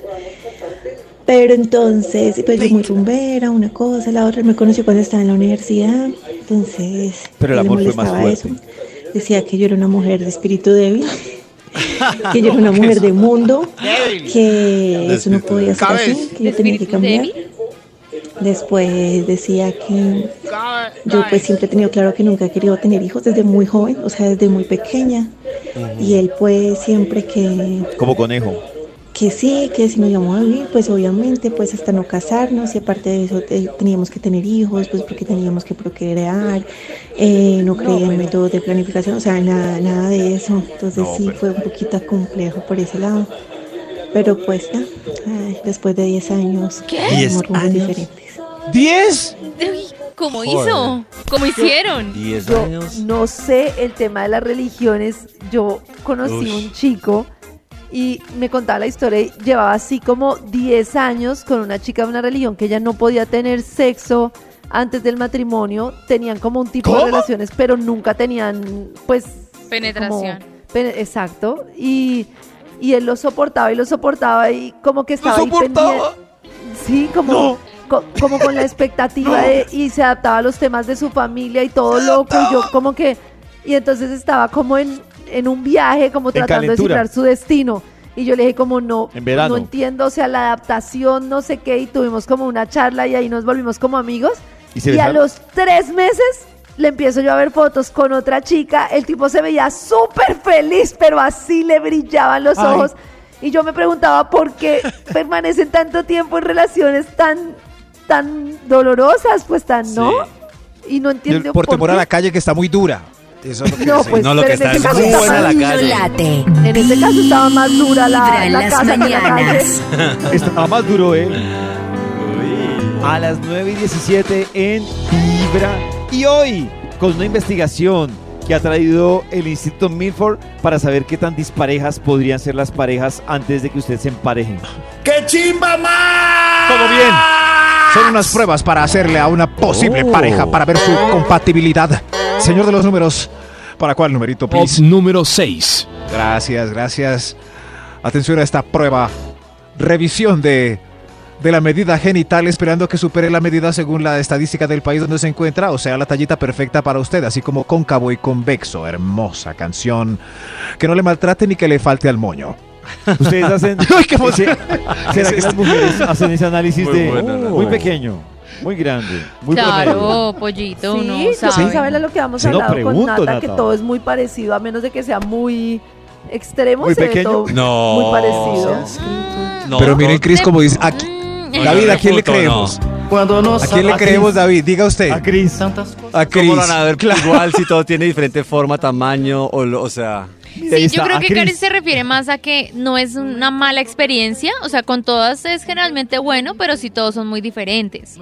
Speaker 13: Pero entonces, pues yo muy rumbera, una cosa, la otra. Él me conoció cuando estaba en la universidad. entonces
Speaker 3: Pero el
Speaker 13: le
Speaker 3: amor fue más
Speaker 13: molestaba eso. Decía que yo era una mujer de espíritu débil, que yo era una mujer de mundo, que eso no podía ser así, que yo tenía que cambiar. Después decía que yo pues siempre he tenido claro que nunca he querido tener hijos desde muy joven, o sea, desde muy pequeña. Y él pues siempre que
Speaker 3: Como conejo.
Speaker 13: que sí, que si nos íbamos a vivir, pues obviamente, pues hasta no casarnos y aparte de eso eh, teníamos que tener hijos, pues porque teníamos que procrear, eh, no creía en métodos de planificación, o sea, nada, nada de eso. Entonces sí
Speaker 5: pues.
Speaker 13: fue un poquito complejo por ese lado. Pero pues ya, ay, después de 10 años,
Speaker 3: ¿Diez
Speaker 13: tomamos
Speaker 2: Ah,
Speaker 13: rumbos
Speaker 3: años?
Speaker 13: diferentes.
Speaker 5: ¿10?
Speaker 7: Uy, ¿Cómo
Speaker 13: Joder.
Speaker 7: hizo? ¿Cómo hicieron?
Speaker 6: Yo no sé el tema de las religiones. Yo conocí
Speaker 7: Ush.
Speaker 6: un chico y me contaba la historia y llevaba así como 10 años con una chica de una religión que ella no podía tener sexo antes del matrimonio. Tenían como un tipo de relaciones, pero nunca tenían, pues.
Speaker 7: Penetración.
Speaker 6: como pen- exacto. Y, y él lo soportaba y lo soportaba y como que estaba ahí pendiente- Sí, como, co- como con la expectativa de, y se adaptaba a los temas de su familia y todo loco. Y yo como que, y entonces estaba como en, en un viaje, como
Speaker 14: En
Speaker 6: tratando
Speaker 14: calentura.
Speaker 6: de cifrar su destino. Y yo le dije como no,
Speaker 14: En verano.
Speaker 6: no entiendo, o sea, la adaptación, no sé qué, y tuvimos como una charla y ahí nos volvimos como amigos.
Speaker 14: ¿Y
Speaker 6: Y,
Speaker 14: se
Speaker 6: a
Speaker 14: besaron?
Speaker 6: los tres meses le empiezo yo a ver fotos con otra chica, el tipo se veía súper feliz, pero así le brillaban los
Speaker 14: Ay.
Speaker 6: ojos. Y yo me preguntaba por qué permanecen tanto tiempo en relaciones tan, tan dolorosas, pues tan, ¿no? Y no entiendo
Speaker 5: por temor a
Speaker 6: qué.
Speaker 5: la calle que está muy dura. Eso es lo que
Speaker 6: No,
Speaker 5: sé.
Speaker 6: pues, No, lo pero que en está este es caso muy está buena la mal. calle. Late. En este caso estaba más dura la,
Speaker 2: Vibra
Speaker 6: la
Speaker 2: en las
Speaker 6: casa que la calle.
Speaker 2: mañanas.
Speaker 3: Está más duro, ¿eh? A las 9 y 17 en Vibra. Y hoy, con una investigación que ha traído el Instituto Milford para saber qué tan disparejas podrían ser las parejas antes de que ustedes se emparejen.
Speaker 11: ¡Qué chimba más!
Speaker 5: Todo bien. Son unas pruebas para hacerle a una posible
Speaker 11: Oh.
Speaker 5: pareja para ver su compatibilidad. Señor de los números, ¿para cuál numerito, please?
Speaker 10: número 6.
Speaker 5: Gracias, gracias. Atención a esta prueba. Revisión de, de la medida genital esperando que supere la medida según la estadística del país donde se encuentra, o sea, la tallita perfecta para usted, así como cóncavo y convexo. Hermosa canción. Que no le maltrate ni que le falte al moño.
Speaker 3: Ustedes hacen.
Speaker 5: Ay, qué emoción.
Speaker 3: ese-
Speaker 5: ¿Qué
Speaker 3: ¿Será
Speaker 5: es
Speaker 3: que
Speaker 5: esto?
Speaker 3: las mujeres hacen ese análisis
Speaker 5: Muy
Speaker 3: de
Speaker 5: buena, la
Speaker 3: muy
Speaker 5: verdad.
Speaker 3: pequeño, muy grande, muy promedio?
Speaker 7: Claro, pollito,
Speaker 6: Sí,
Speaker 7: uno
Speaker 6: yo
Speaker 7: sabe.
Speaker 6: pensaba en lo que habíamos
Speaker 3: Se lo
Speaker 6: hablado
Speaker 3: pregunto,
Speaker 6: con Nata, que
Speaker 3: Nata.
Speaker 6: todo es muy parecido, a menos de que sea muy extremo,
Speaker 3: ¿Muy
Speaker 6: se ve
Speaker 3: pequeño?
Speaker 6: todo
Speaker 3: No.
Speaker 6: muy parecido.
Speaker 5: Pero miren, Chris, como dice. Aquí,
Speaker 7: Mm.
Speaker 11: No,
Speaker 5: David,
Speaker 11: yo
Speaker 5: ¿a quién le
Speaker 11: refuto, no.
Speaker 5: creemos?
Speaker 11: Cuando
Speaker 5: ¿A quién le creemos, David? Diga usted. A
Speaker 3: Cris.
Speaker 5: A
Speaker 4: ¿Cómo lo van a
Speaker 5: Cris.
Speaker 4: ver igual si todo tiene diferente forma, tamaño, o, lo- o sea...
Speaker 7: Sí, yo
Speaker 5: "Ah,
Speaker 7: creo que Karen se refiere más a que no es una mala experiencia, o sea, con todas es generalmente bueno, pero sí todos son muy diferentes.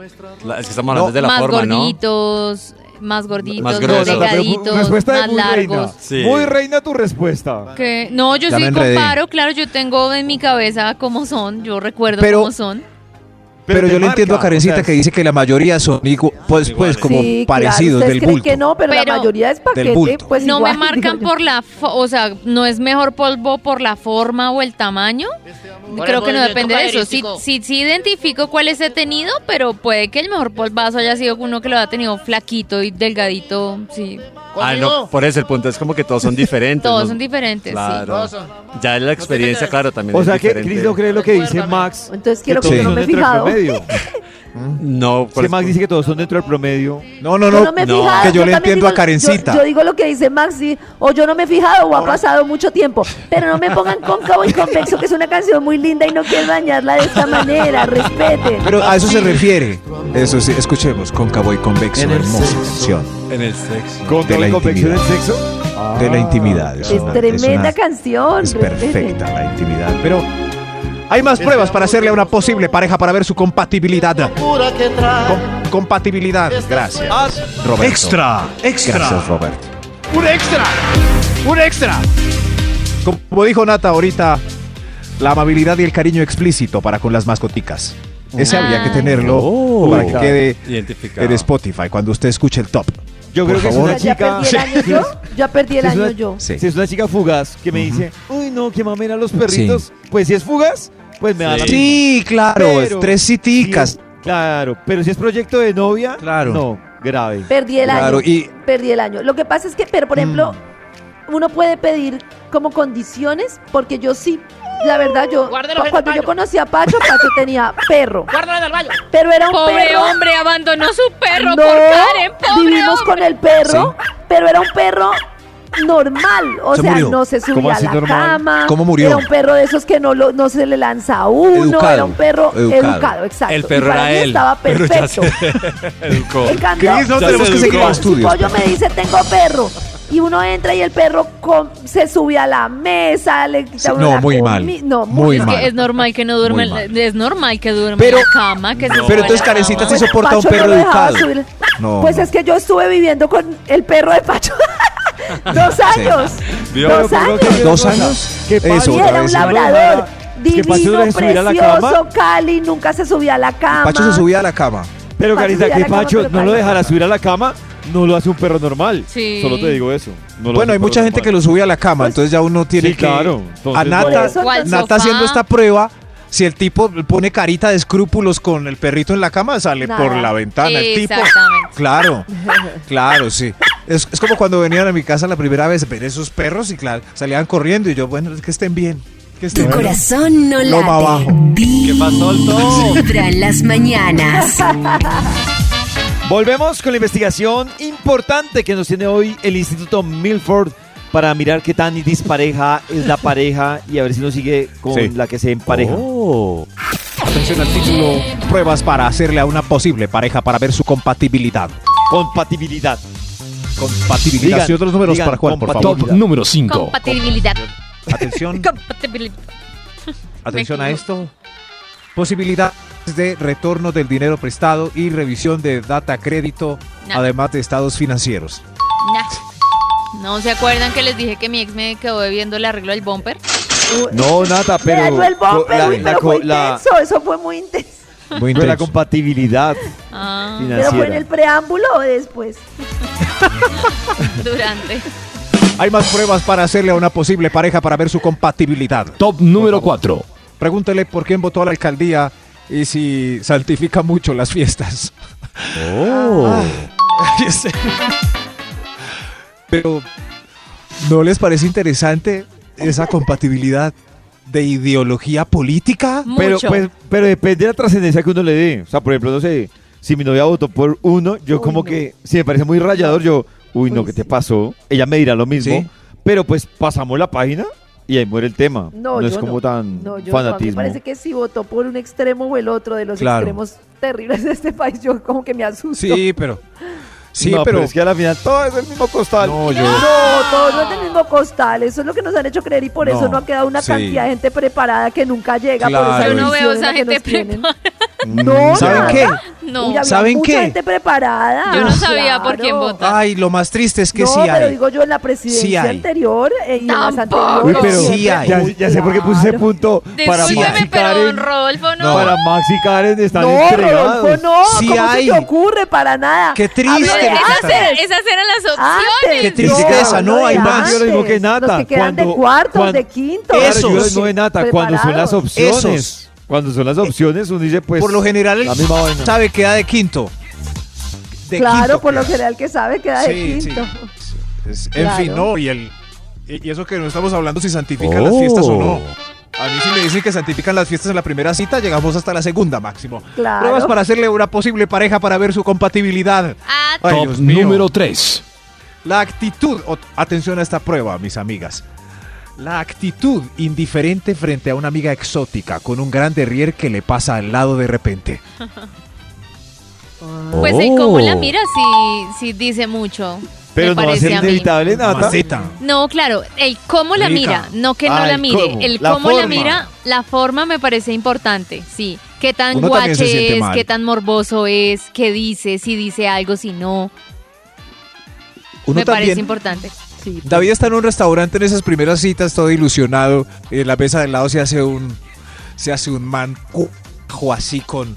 Speaker 4: La- es que estamos hablando de la
Speaker 7: más
Speaker 4: forma, ¿no?
Speaker 7: gorditos, más gorditos, más,
Speaker 4: gruesos.
Speaker 7: delgaditos,
Speaker 3: Respuesta de
Speaker 7: más
Speaker 3: muy reina.
Speaker 7: largos.
Speaker 4: Sí.
Speaker 3: Muy reina tu respuesta.
Speaker 7: Que- No, yo
Speaker 3: Ya
Speaker 7: sí
Speaker 3: me enredé.
Speaker 7: comparo, claro, yo tengo en mi cabeza cómo son, yo recuerdo
Speaker 5: Pero-
Speaker 7: cómo son.
Speaker 5: Pero, yo le
Speaker 3: marca,
Speaker 5: entiendo a Karencita
Speaker 3: o sea,
Speaker 5: que dice que la mayoría son igu- pues, pues como
Speaker 6: Sí, claro,
Speaker 5: parecidos
Speaker 6: ustedes
Speaker 5: del
Speaker 6: creen
Speaker 5: bulto.
Speaker 6: que no, pero, la
Speaker 7: Pero-
Speaker 6: mayoría es paquete,
Speaker 5: bulto.
Speaker 6: pues
Speaker 7: no
Speaker 6: igual,
Speaker 7: me marcan
Speaker 6: digo yo.
Speaker 7: por la, fo- o sea, no es mejor polvo por la forma o el tamaño. Creo que no depende de eso. Sí, sí, sí identifico cuáles he tenido, pero puede que el mejor polvazo haya sido uno que lo ha tenido flaquito y delgadito. Sí,
Speaker 4: Ah, no, por eso el punto es como que todos son diferentes.
Speaker 7: todos
Speaker 4: ¿no?
Speaker 7: son diferentes.
Speaker 4: Claro.
Speaker 7: Sí.
Speaker 4: Ya la experiencia, claro, también
Speaker 3: O
Speaker 4: es
Speaker 3: sea que
Speaker 4: diferente.
Speaker 3: Cris no cree lo que dice Max.
Speaker 6: Entonces
Speaker 4: quiero que
Speaker 3: todos
Speaker 4: yo no
Speaker 3: son
Speaker 4: me he
Speaker 3: dentro del
Speaker 4: fijado.
Speaker 3: promedio.
Speaker 4: No,
Speaker 3: Si Max dice que todos son dentro del promedio.
Speaker 5: No, no,
Speaker 6: Yo
Speaker 5: no.
Speaker 6: no me he fijado,
Speaker 5: que yo, le
Speaker 6: también
Speaker 5: entiendo
Speaker 6: digo-
Speaker 5: a Karencita.
Speaker 6: Yo, yo digo lo que dice Maxi, o yo no me he fijado o ha pasado mucho tiempo. Pero no me pongan cóncavo y convexo, que es una canción muy linda y no quiero dañarla de esta manera. Respeten.
Speaker 5: Pero a eso se refiere. Eso sí, escuchemos cóncavo y convexo, hermosa canción.
Speaker 4: En el sexo.
Speaker 5: de la
Speaker 3: convección
Speaker 5: intimidad.
Speaker 3: del sexo?
Speaker 5: De la intimidad.
Speaker 6: Ah, Es,
Speaker 5: Es, una- es
Speaker 6: tremenda
Speaker 5: una-
Speaker 6: canción.
Speaker 5: es
Speaker 6: respeten.
Speaker 5: perfecta la intimidad. Pero hay más pruebas para hacerle a una posible pareja para ver su compatibilidad.
Speaker 11: Pura que trae.
Speaker 5: Com- compatibilidad. Gracias. Roberto.
Speaker 11: Extra, extra.
Speaker 5: Gracias, Roberto.
Speaker 11: Un extra. Un extra.
Speaker 5: Como dijo Nata ahorita, la amabilidad y el cariño explícito para con las mascoticas. Ese
Speaker 4: Ah.
Speaker 5: había que tenerlo
Speaker 4: Oh.
Speaker 5: para que quede
Speaker 4: Identificado.
Speaker 5: en Spotify cuando usted escuche el top.
Speaker 3: Yo
Speaker 5: Por
Speaker 3: creo que es
Speaker 5: favor.
Speaker 3: una
Speaker 6: Ya
Speaker 3: chica.
Speaker 6: perdí el año yo. Ya perdí el
Speaker 3: Si es
Speaker 6: año
Speaker 3: una-
Speaker 6: yo.
Speaker 5: Sí.
Speaker 3: Si es una chica fugaz que me
Speaker 5: Ujú.
Speaker 3: dice, uy, no, que mamera los perritos. Pues si es fugaz, pues me da la
Speaker 5: Sí,
Speaker 3: misma.
Speaker 5: claro,
Speaker 3: Pero
Speaker 5: es tres citicas.
Speaker 3: si es- claro, pero si es proyecto de novia,
Speaker 5: Claro.
Speaker 3: no. Grave.
Speaker 6: Perdí el
Speaker 3: Claro,
Speaker 6: año.
Speaker 3: y-
Speaker 6: Perdí el año. Lo que pasa es que, pero por ejemplo, uno puede pedir como condiciones, porque yo sí, la verdad, yo
Speaker 7: Guárdelo en el
Speaker 6: cuando yo
Speaker 7: baño.
Speaker 6: conocí a Pacho, Pacho tenía perro.
Speaker 7: Guárdalo en el baño.
Speaker 6: Pero era un
Speaker 7: Pobre
Speaker 6: perro.
Speaker 7: hombre, abandonó su perro
Speaker 6: No,
Speaker 7: por Karen. Pobre
Speaker 6: vivimos
Speaker 7: hombre.
Speaker 6: con el perro, pero era un perro normal, o
Speaker 5: Se
Speaker 6: sea,
Speaker 5: murió.
Speaker 6: no se
Speaker 5: ¿Cómo
Speaker 6: subía a
Speaker 5: así
Speaker 6: la
Speaker 5: normal?
Speaker 6: cama.
Speaker 5: ¿Cómo murió?
Speaker 6: Era un perro de esos que no lo, no se le lanza a uno,
Speaker 5: Educado,
Speaker 6: era un perro educado,
Speaker 5: educado.
Speaker 6: exacto.
Speaker 14: El
Speaker 6: Y
Speaker 14: perro
Speaker 6: para
Speaker 14: era
Speaker 6: mí
Speaker 14: él.
Speaker 6: estaba
Speaker 14: pero ya
Speaker 6: perfecto.
Speaker 14: se educó.
Speaker 6: En cambio,
Speaker 14: Ya se educó.
Speaker 6: mi pollo me dice, tengo perro. Y uno entra y el perro com- se sube a la mesa, le quita
Speaker 5: Sí,
Speaker 6: uno
Speaker 5: no,
Speaker 6: la
Speaker 5: muy
Speaker 6: comi-
Speaker 5: mal,
Speaker 6: No,
Speaker 5: muy
Speaker 6: mal.
Speaker 5: mal.
Speaker 7: Es normal que no duerma, en la- es normal que duerma
Speaker 5: Pero-
Speaker 7: en la cama, que se
Speaker 5: Pero
Speaker 7: vaya
Speaker 5: entonces Karencita
Speaker 7: a la cama.
Speaker 5: sí soporta a un
Speaker 6: Pacho no
Speaker 5: perro
Speaker 6: lo dejaba
Speaker 5: educado.
Speaker 6: subir.
Speaker 5: No,
Speaker 6: Pues
Speaker 5: no.
Speaker 6: es que yo estuve viviendo con el perro de Pacho dos años.
Speaker 14: Vio.
Speaker 6: Dos
Speaker 14: Pero, pero,
Speaker 6: años.
Speaker 14: ¿qué
Speaker 5: ¿Dos años?
Speaker 14: ¿Qué pasa?
Speaker 5: Eso,
Speaker 6: Y
Speaker 5: otra
Speaker 6: era un
Speaker 5: vez.
Speaker 6: labrador.
Speaker 14: Que Pacho
Speaker 6: Divino,
Speaker 14: no se subiera a la
Speaker 6: precioso,
Speaker 14: cama.
Speaker 6: Cali, nunca se subía a la cama.
Speaker 5: Pacho se subía a la cama.
Speaker 3: Pero
Speaker 6: Pacho
Speaker 3: Carita,
Speaker 6: subía a
Speaker 3: que
Speaker 6: la cama,
Speaker 3: Pacho
Speaker 6: pero
Speaker 3: no lo
Speaker 6: Pacho-
Speaker 3: dejará subir a la cama, no lo hace un perro normal.
Speaker 6: Sí.
Speaker 3: Solo te digo eso. No lo hace
Speaker 5: Bueno, hay
Speaker 3: un perro
Speaker 5: mucha gente
Speaker 3: normal.
Speaker 5: que lo sube a la cama,
Speaker 2: Pues,
Speaker 5: entonces ya uno tiene
Speaker 3: Sí,
Speaker 5: que.
Speaker 3: claro.
Speaker 5: a
Speaker 3: Entonces, bueno.
Speaker 5: Nata,
Speaker 3: O al
Speaker 5: Nata
Speaker 3: sofá.
Speaker 5: haciendo esta prueba, si el tipo pone carita de escrúpulos con el perrito en la cama, sale
Speaker 6: Nada.
Speaker 5: por la ventana. El tipo.
Speaker 7: Exactamente.
Speaker 5: Claro, claro, sí. Es, es como cuando venían a mi casa la primera vez, ver esos perros y claro, salían corriendo y yo, bueno, es que estén bien. Que estén
Speaker 2: Tu
Speaker 5: bien.
Speaker 2: corazón no
Speaker 5: Loma
Speaker 2: late.
Speaker 5: abajo.
Speaker 2: ¿Qué
Speaker 5: pasó,
Speaker 2: Vibra en las mañanas.
Speaker 3: Volvemos con la investigación importante que nos tiene hoy el Instituto Milford para mirar qué tan dispareja es la pareja y a ver si nos sigue con
Speaker 5: Sí. Oh.
Speaker 3: la que se empareja.
Speaker 5: Atención al título, pruebas para hacerle a una posible pareja para ver su compatibilidad.
Speaker 3: Compatibilidad.
Speaker 5: Compatibilidad.
Speaker 3: Digan,
Speaker 5: ¿Y otros números
Speaker 3: digan,
Speaker 5: para Juan, por favor?
Speaker 3: compatibilidad.
Speaker 10: Top número 5.
Speaker 7: Compatibilidad.
Speaker 5: Atención,
Speaker 7: Compatibilidad.
Speaker 5: atención a esto. Posibilidades de retorno del dinero prestado y revisión de data crédito,
Speaker 7: No.
Speaker 5: además de estados financieros.
Speaker 7: Nah. No se acuerdan que les dije que mi ex me quedó debiendo el arreglo del bumper.
Speaker 3: No, Nata,
Speaker 6: Me
Speaker 3: pero.
Speaker 6: dañó el
Speaker 3: co-
Speaker 6: bumper,
Speaker 3: la-
Speaker 6: uy,
Speaker 3: la
Speaker 6: pero fue
Speaker 3: co- la-
Speaker 6: intenso, eso fue muy intenso.
Speaker 5: Muy
Speaker 3: pero la
Speaker 5: intenso.
Speaker 3: compatibilidad
Speaker 7: Ah,
Speaker 6: ¿Pero fue en
Speaker 3: financiera.
Speaker 6: el preámbulo o después?
Speaker 7: durante.
Speaker 5: Hay más pruebas para hacerle a una posible pareja para ver su compatibilidad.
Speaker 10: Top número 4.
Speaker 5: Pregúntele por quién votó a la alcaldía y si santifica mucho las fiestas.
Speaker 3: Oh.
Speaker 5: Pero, ¿no les parece interesante esa compatibilidad de ideología política?
Speaker 3: Pero, pues, pero depende de la trascendencia que uno le dé. O sea, por ejemplo, no sé, si mi novia votó por uno, yo como que, si me parece muy rayador, yo, uy, no, ¿qué te pasó? Ella me dirá lo mismo.
Speaker 5: Sí.
Speaker 3: Pero pues pasamos la página y ahí muere el tema. No,
Speaker 6: No, yo
Speaker 3: es como
Speaker 6: no.
Speaker 3: tan
Speaker 6: No, yo no. A mí me
Speaker 3: fanatismo.
Speaker 6: parece que si votó por un extremo o el otro de los
Speaker 3: Claro.
Speaker 6: extremos terribles de este país, yo como que me asusto.
Speaker 5: Sí, pero. Sí,
Speaker 3: No,
Speaker 5: pero.
Speaker 3: pero es que a la final todo es el mismo costal.
Speaker 5: No, yo-
Speaker 6: No, todos no es del mismo costal. Eso es lo que nos han hecho creer y por
Speaker 5: No,
Speaker 6: eso no ha quedado una
Speaker 5: sí.
Speaker 6: cantidad de gente preparada que nunca llega. Por
Speaker 5: Claro.
Speaker 6: esa
Speaker 5: Yo no
Speaker 7: veo
Speaker 6: visión en la
Speaker 7: esa
Speaker 6: que nos
Speaker 7: gente
Speaker 6: tienen. No, nada.
Speaker 5: ¿Saben qué?
Speaker 7: No.
Speaker 6: Uy, había
Speaker 5: ¿Saben
Speaker 6: mucha
Speaker 5: qué?
Speaker 6: gente preparada.
Speaker 7: Yo no sabía por quién
Speaker 6: Claro.
Speaker 7: votar.
Speaker 5: Ay, lo más triste es que
Speaker 6: no,
Speaker 5: sí
Speaker 6: pero
Speaker 5: hay.
Speaker 6: digo yo en la presidencia
Speaker 5: hay.
Speaker 6: anterior eh, y en las
Speaker 7: Tampoco.
Speaker 3: Uy,
Speaker 6: anteriores.
Speaker 3: pero
Speaker 5: Sí hay.
Speaker 3: ya, ya sé por qué puse ese punto. Para Max
Speaker 7: Discúlpeme,
Speaker 3: y
Speaker 7: pero don
Speaker 3: Karen,
Speaker 7: Rodolfo no.
Speaker 5: No.
Speaker 3: para Max y Karen están
Speaker 6: No,
Speaker 3: entregados.
Speaker 6: Rodolfo, no.
Speaker 5: Sí
Speaker 6: ¿Cómo
Speaker 5: hay.
Speaker 6: se te ocurre? Para nada.
Speaker 5: Qué triste
Speaker 6: Hablo de
Speaker 5: lo que
Speaker 7: Esas,
Speaker 5: está-
Speaker 6: antes.
Speaker 7: eran, esas eran las
Speaker 6: Antes.
Speaker 7: opciones.
Speaker 5: Qué tristeza, no, hay
Speaker 6: de
Speaker 5: más.
Speaker 6: antes,
Speaker 3: Yo lo mismo que Nata,
Speaker 6: Los que quedan de
Speaker 3: cuando-
Speaker 6: cuartos,
Speaker 3: cuan-
Speaker 6: de quintos.
Speaker 3: Claro,
Speaker 5: Esos.
Speaker 3: yo les doy nata, cuando son las
Speaker 6: Preparados.
Speaker 3: opciones.
Speaker 5: Esos.
Speaker 3: Cuando son las opciones, uno dice, pues.
Speaker 5: por lo general,
Speaker 3: La misma vaina.
Speaker 5: el sabe que da de quinto. De
Speaker 6: claro,
Speaker 5: quinto
Speaker 6: por lo
Speaker 5: queda.
Speaker 6: general que sabe queda de
Speaker 5: Sí, sí.
Speaker 6: quinto.
Speaker 5: Es- en
Speaker 6: Claro.
Speaker 5: fin, no, y, el, y y eso que no estamos hablando si santifican
Speaker 3: Oh.
Speaker 5: las fiestas o no. A mí si me dicen que santifican las fiestas en la primera cita, llegamos hasta la segunda máximo.
Speaker 6: Claro.
Speaker 5: Pruebas para hacerle una posible pareja para ver su compatibilidad.
Speaker 7: Ah,
Speaker 5: Ay,
Speaker 10: Top
Speaker 5: Dios mío.
Speaker 10: número 3.
Speaker 5: La actitud, o- atención a esta prueba, mis amigas. La actitud indiferente frente a una amiga exótica con un gran derrier que le pasa al lado de repente.
Speaker 7: Pues en cómo la mira sí, sí dice mucho.
Speaker 3: Oh.
Speaker 7: me
Speaker 3: Pero no va a
Speaker 7: parece
Speaker 3: ser
Speaker 7: a mí.
Speaker 3: inevitable nada.
Speaker 5: Mamacita.
Speaker 7: No, claro, el cómo la
Speaker 5: Rica.
Speaker 7: mira, no que no
Speaker 3: Ah,
Speaker 7: la
Speaker 3: el
Speaker 7: mire,
Speaker 3: cómo.
Speaker 7: el
Speaker 3: La
Speaker 7: cómo la
Speaker 3: forma.
Speaker 7: mira, la forma me parece importante, sí. Qué tan
Speaker 5: Uno también se siente
Speaker 7: guache es,
Speaker 5: mal.
Speaker 7: qué tan morboso es, qué dice, si dice algo, si no.
Speaker 5: Uno
Speaker 7: me parece
Speaker 5: también
Speaker 7: importante.
Speaker 6: Sí.
Speaker 5: David está en un restaurante en esas primeras citas, todo ilusionado. En la mesa del lado se hace un. Se hace un man cuajo así con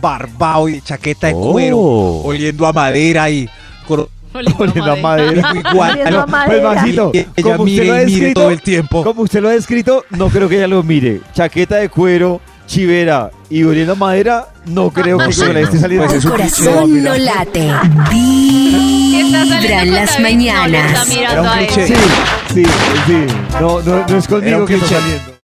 Speaker 5: barbao y chaqueta de cuero,
Speaker 3: Oh.
Speaker 5: oliendo a madera y. cor-
Speaker 3: Poniendo a madera.
Speaker 5: Igual.
Speaker 6: Oliendo a madera.
Speaker 3: Pues, Maxito,
Speaker 5: Y ella
Speaker 3: como usted
Speaker 5: mire
Speaker 3: lo ha
Speaker 5: y mire
Speaker 3: descrito,
Speaker 5: todo el tiempo.
Speaker 3: Como usted lo ha descrito, no creo que ella lo mire. Chaqueta de cuero, Chivera y oliendo a madera, no creo que con este la esté saliendo.
Speaker 5: pues,
Speaker 2: Tu corazón no late. Vibra en las mañanas.
Speaker 3: Sí, sí, sí. No, no, no es conmigo que está saliendo.